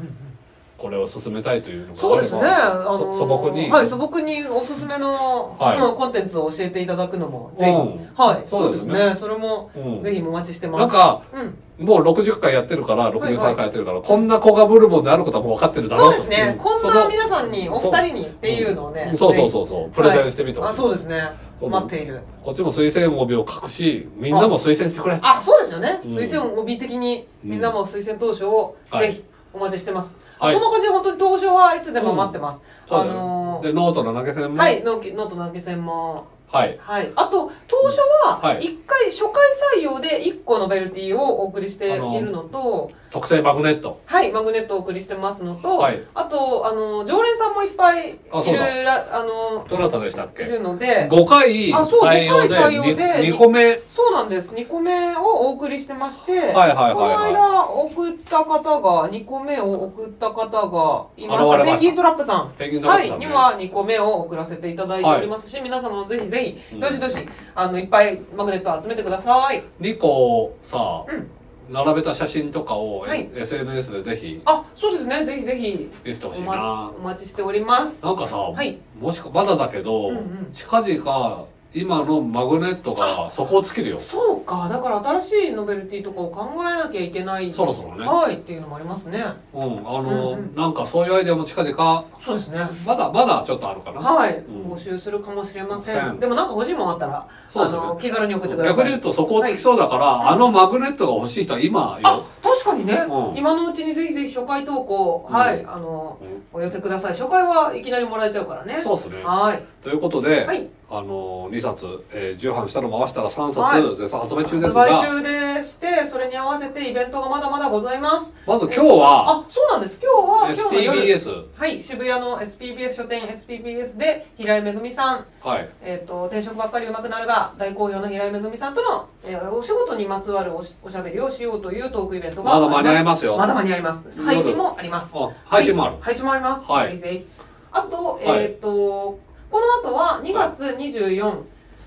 S2: これを勧めたいというのがあれば
S3: そうですね。あの
S2: そ素朴に、
S3: はい、素朴におすすめの、
S2: はい
S3: そのコンテンツを教えていただくのも、ぜひ。
S2: う
S3: はい。
S2: そうですね
S3: それも、
S2: んうん
S3: ぜひお待ちしてます。
S2: なん、か
S3: うん。
S2: もう60回やってるから
S3: はい
S2: 63回やってるから、こんな古賀ブルボンであることはもう分かってるだろ
S3: そう
S2: う
S3: ですね。こんな皆さんに、お二人にっていうのをね。
S2: そうそう
S3: う。
S2: そうそうプレゼンしてみてほしい
S3: あ、そうですね。
S2: そう
S3: 待っている。
S2: こっちも推薦帯を書くし、みんなも推薦してくれ。
S3: あ、そうですよね。
S2: うん
S3: 推薦帯的に、
S2: うん
S3: みんなも推薦投書を、
S2: はい
S3: ぜひ、お待ちしてます。
S2: はい
S3: あそんな感じで、本当に投書はいつでも待ってます。
S2: そう
S3: あ
S2: だよ
S3: のー
S2: で、ノートの投げ銭も。
S3: はい、。ノーキノートの投げ銭も。
S2: はい。
S3: はい、あと当初
S2: は
S3: はい一回初回採用で1個ノベルティをお送りしているのと、
S2: 特製マグネット。
S3: はい、マグネットをお送りしてますのと、
S2: はい
S3: あとあの常連さんもいっぱいいる
S2: あそうだ
S3: らあの
S2: どなたでしたっ
S3: い
S2: け
S3: るので
S2: ?5 回
S3: あそう
S2: 採用で、
S3: 五回採用で
S2: 2個目。はい
S3: そうなんです2個目をお送りしてまして、
S2: はいはい
S3: この
S2: は
S3: 間送った方が2個目を送った方がいまし
S2: 現れました
S3: たペンギントラップさん
S2: い。ペンギンドラ
S3: は
S2: ップ
S3: い
S2: さ、ん
S3: に
S2: ね。
S3: は2個目を送らせていただいておりますし、皆様もぜひぜ
S2: う
S3: ひ、
S2: ん
S3: どしどし、あの、いっぱいマグネット集めてください。
S2: 2個さ
S3: うん、
S2: 並べた写真とかを
S3: はい
S2: S- SNS でぜひ
S3: あ、そうですね。ぜひぜひ
S2: 見せてほし
S3: お,、
S2: い
S3: ま
S2: な、。
S3: お待ちしております。
S2: なんかさ、
S3: はい。
S2: もしか、まだだけど
S3: うんうん、
S2: 近々、今のマグネットがそこを尽きるよ。
S3: そうか。だから新しいノベルティとかを考えなきゃいけない。
S2: そろそろね。
S3: はい。っていうのもありますね。
S2: うん。あの
S3: うんう、ん
S2: なんかそういうアイデアも近々、
S3: そうですね。
S2: まだまだちょっとあるかな。
S3: はい、
S2: うん
S3: 募集するかもしれませ
S2: せ
S3: ん。
S2: ん
S3: でもなんか欲しいもんあったら、
S2: そう
S3: あ
S2: ですね
S3: の、気軽に送ってください。
S2: 逆に言うとそこをつきそうだから、あのマグネットが欲しい人は今よ
S3: あ、確かに。にね、
S2: うん
S3: 今のうちにぜひぜひ初回投稿、はい、あの、お寄せください。初回はいきなりもらえちゃうからね。
S2: そうですね。
S3: はい。
S2: ということで、
S3: はい
S2: あの2冊、えー、重版したの回したら3冊、
S3: はい
S2: 絶賛発売中です
S3: 発
S2: が
S3: 売中でして、それに合わせてイベントがまだまだございます。
S2: まず今日は
S3: あ、そうなんです。今日は、今日の夜。
S2: SPBS
S3: はい、渋谷の SPBS 書店 SPBS で平井めぐみさん、
S2: はい
S3: えっ、と、転職ばっかり上手くなるが、大好評の平井めぐみさんとの、えーお仕事にまつわるおしおしゃべりをしようというトークイベントが
S2: まだ間に合いますよ
S3: まだ間に合います。配信もあります。
S2: あ配信もある
S3: はい配信もあります。
S2: はい
S3: ぜひぜひあと、
S2: はい
S3: えっ、と、この後は2月24、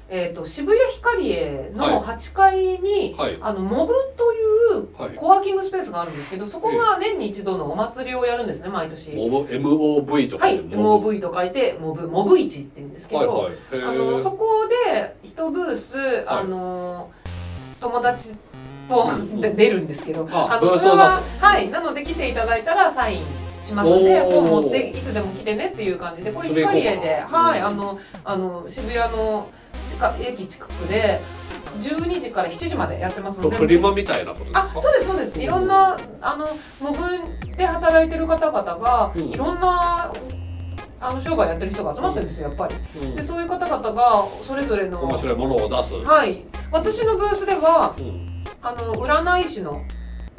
S3: えっと渋谷ヒカリエの8階に、
S2: はい
S3: あのモブという
S2: はい
S3: コワーキングスペースがあるんですけどそこが年に一度のお祭りをやるんですね毎年。
S2: モブ MOV とか
S3: は
S2: で
S3: い、MOV と書いて、モブ、モブ市って言うんですけど、
S2: はいはいへー
S3: あの、そこで、一ブース、あの、友達とで出るんですけど、
S2: あ
S3: あ
S2: ブ
S3: の、
S2: ー
S3: そ
S2: ス
S3: れ
S2: を
S3: は、はい、なので来ていただいたらサインしますんで、
S2: おー
S3: 本持って、いつでも来てねっていう感じで、これ
S2: それ
S3: 光
S2: 行こうか
S3: 栄で、はい、
S2: うん
S3: あの、あの、渋谷の近駅近くで、12時から7時までやってますので、
S2: プリマみたいなことです
S3: あ
S2: か
S3: そうですそうですいろんなあのモブで働いてる方々が、
S2: うん
S3: いろんなあの商売やってる人が集まってるんですよやっぱり、
S2: うん
S3: でそういう方々がそれぞれの
S2: 面白いものを出す、
S3: はい私のブースでは
S2: うん
S3: あの占い師の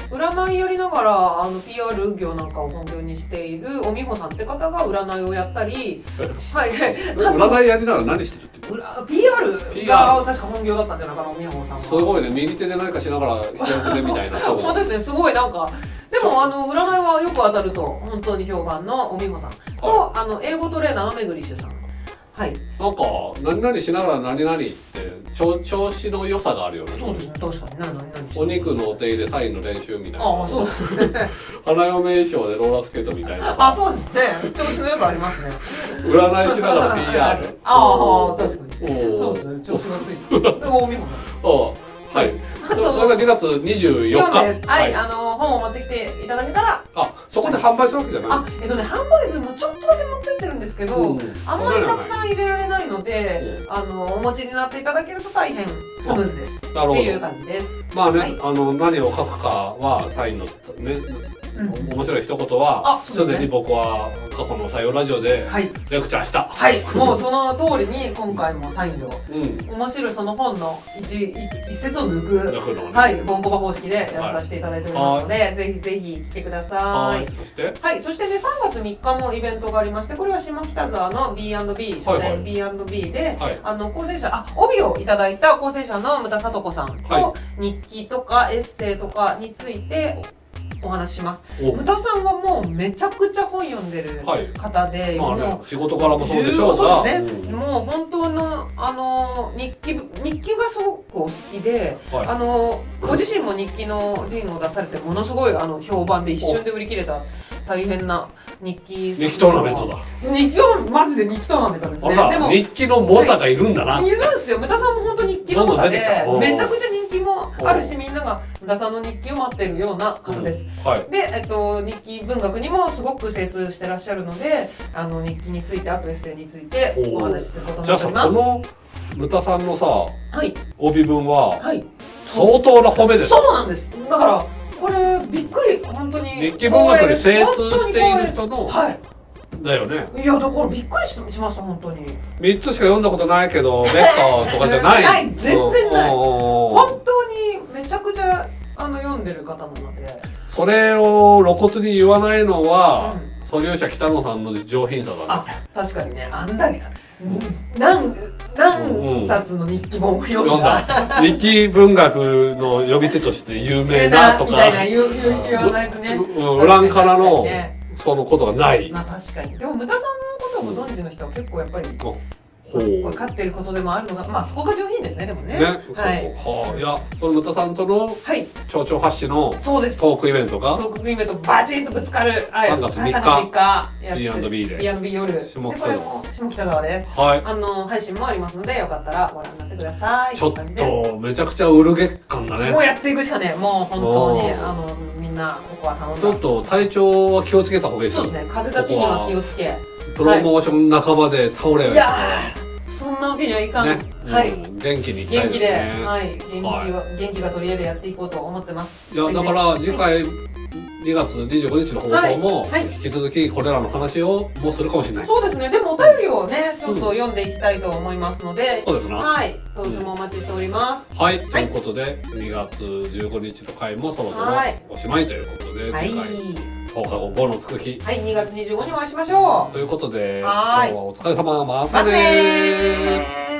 S3: 占いやりながらあの PR 業なんかを本業にしているおみほさんって方が占いをやったりはい
S2: 占いやりながら何してるって
S3: うら PR が確か本業だったんじゃないかなおみほさんは
S2: すごいね右手で何かしながら左手でみたいなそう
S3: *laughs* 本当ですねすごいなんかでもあの占いはよく当たると本当に評判のおみほさんと、
S2: は
S3: あの英語トレーナーのめぐりしゅさんはい
S2: なんか何々しながら何々って調調子の良さがあるよね
S3: そうですね確かに何何何
S2: お肉のお手入れサインの練習みたいな
S3: ああそうですね
S2: 花嫁衣装でローラースケートみたいなさ
S3: あそうですね調子の良さありますね
S2: 占いしながら PR
S3: *laughs* ああ確かにそ
S2: お
S3: う
S2: お
S3: ですね調子がついてるそれがおみほさん
S2: あ
S3: *laughs*
S2: はい
S3: あと
S2: それが2月24
S3: 今
S2: 日
S3: 日ですはい、あの本を持ってきていただけたら
S2: あそこで販売するわけじゃない
S3: あえっとね販売分もちょっとだけ持ってってるんですけど、
S2: うん
S3: あんまりたくさん入れられないので、
S2: う
S3: あのお持ちになっていただけると大変スムーズです、
S2: なるほど
S3: っていう感じです
S2: まあね、
S3: はい
S2: あの何を書くかはサインのね、
S3: うん
S2: 面白い一言
S3: あ
S2: は
S3: そうですす
S2: で、
S3: ね
S2: に僕は過去の採用ラジオで
S3: はい
S2: レクチャーした、
S3: はい、もうその通りに今回もサインを
S2: うん
S3: 面白いその本の一一一節を抜く
S2: 抜くのね
S3: はい本コバ方式でやらさせていただいておりますので、ぜひぜひ来てください
S2: は。そして
S3: はい、そしてね、3月3日もイベントがありまして、これは下北沢の B&B、書
S2: はいは
S3: 店
S2: い
S3: B&B で、
S2: はい
S3: あの、構成者、あ、帯をいただいた構成者の牟田聡子さんと、
S2: は
S3: 日記とかエッセイとかについておお話しします。
S2: お
S3: 牟田さんはもうめちゃくちゃ本読んでる
S2: はい
S3: 方で、
S2: まあ
S3: も
S2: ね
S3: う
S2: 仕事からもそうでしょうが
S3: そうですね、
S2: うん
S3: もう本当のあの日記ぶ日記がすごくお好きで、
S2: はい
S3: あのご自身も日記の陣を出されてものすごいあの評判で一瞬で売り切れた大変な日記
S2: 日記トーナメントだ
S3: 日記トーナマジで日記トーナメントです
S2: あ
S3: ね
S2: さ
S3: でもい
S2: 日
S3: る
S2: 記の猛者がいるんだな、
S3: んですよ、ムタさんも本当日記の猛
S2: どんど
S3: 者で
S2: ん出てきたおー
S3: めちゃくちゃ人気もあるしみんながムタさんの日記を待ってるような方です、
S2: はい
S3: で、えっと、日記文学にもすごく精通してらっしゃるのであの日記についてあとエッセイについてお話しすることに
S2: じゃ
S3: な
S2: あさ
S3: ってお
S2: こ
S3: ります
S2: のムタさんのさ
S3: はい
S2: 帯文は
S3: はい
S2: 相当な褒めです
S3: そうなんですだからこれびっくり本当に
S2: 日記文学に精通
S3: 本当
S2: し
S3: に
S2: て
S3: 光栄
S2: い
S3: で
S2: る
S3: す
S2: 人の
S3: はい
S2: だよね
S3: いやだからびっくりしました本当に
S2: 3つしか読んだことないけどベッカーとかじゃない
S3: *laughs* ない全然ない
S2: うんうんうんうん
S3: 本当にめちゃくちゃあの読んでる方なので
S2: それを露骨に言わないのは、
S3: う
S2: 素粒子は北野さんの上品さだ
S3: あ
S2: ね
S3: 確かにねあんだけ何何冊の日記本を読ん
S2: 読ん
S3: *laughs* だ
S2: だ日記文学の呼び手として有名なと
S3: み
S2: か
S3: たいな言う言う言わないとね
S2: うんウランから
S3: 確か
S2: の
S3: にね
S2: そのことがない、
S3: まあ確かにでも牟田さんのことをご存知の人は結構やっぱり
S2: ほう
S3: 分かっていることでもあるのがまあそこが上品ですねでもね
S2: ね、
S3: は
S2: そう
S3: い、
S2: はあいやその牟田さんとの
S3: はい、
S2: 蝶々発信の
S3: そうです
S2: トークイベントが
S3: トークグリメントバチンとぶつかる、はい、
S2: 3月3日
S3: 3日やって
S2: B&B で
S3: B&B 夜で
S2: 下北
S3: これも下北沢です
S2: はい
S3: あの配信もありますのでよかったらご覧になってください
S2: ちょっ
S3: こんな感じです
S2: とめちゃくちゃうるげっ感だ
S3: もう
S2: ね
S3: やっていくしかねもう本当に
S2: おー
S3: あのみんなここは頼ん
S2: ちょっ
S3: だ
S2: と体調は気をつけた方がいいです
S3: そう
S2: よ
S3: ですね風邪だけには気をつけ
S2: プロモーション仲間で倒れ、
S3: いやーそんななわけにはいかん、
S2: ね、
S3: はい、
S2: うん元気にいきた
S3: 元
S2: い
S3: 気
S2: です
S3: で、
S2: ね。
S3: はい、元気は、元気が取り柄でやっていこうと思ってます。
S2: いやだから次回2月25日の放送も
S3: はいはい
S2: 引き続きこれらの話をもうするかもしれない。
S3: そうですね。でもお便りをね、ちょっと読んでいきたいと思いますので、
S2: そうですな。
S3: はい、投資もお待ちしております。
S2: はい、ということで2月15日の回もそろそろ
S3: はい
S2: おしまいということで、
S3: はい、
S2: 次回
S3: は
S2: 放課後棒のつく日
S3: い、2月25日にお会いしましょ
S2: ということで今日
S3: はい
S2: はお疲れ様ま
S3: う。
S2: た
S3: また
S2: ねー
S3: ねー。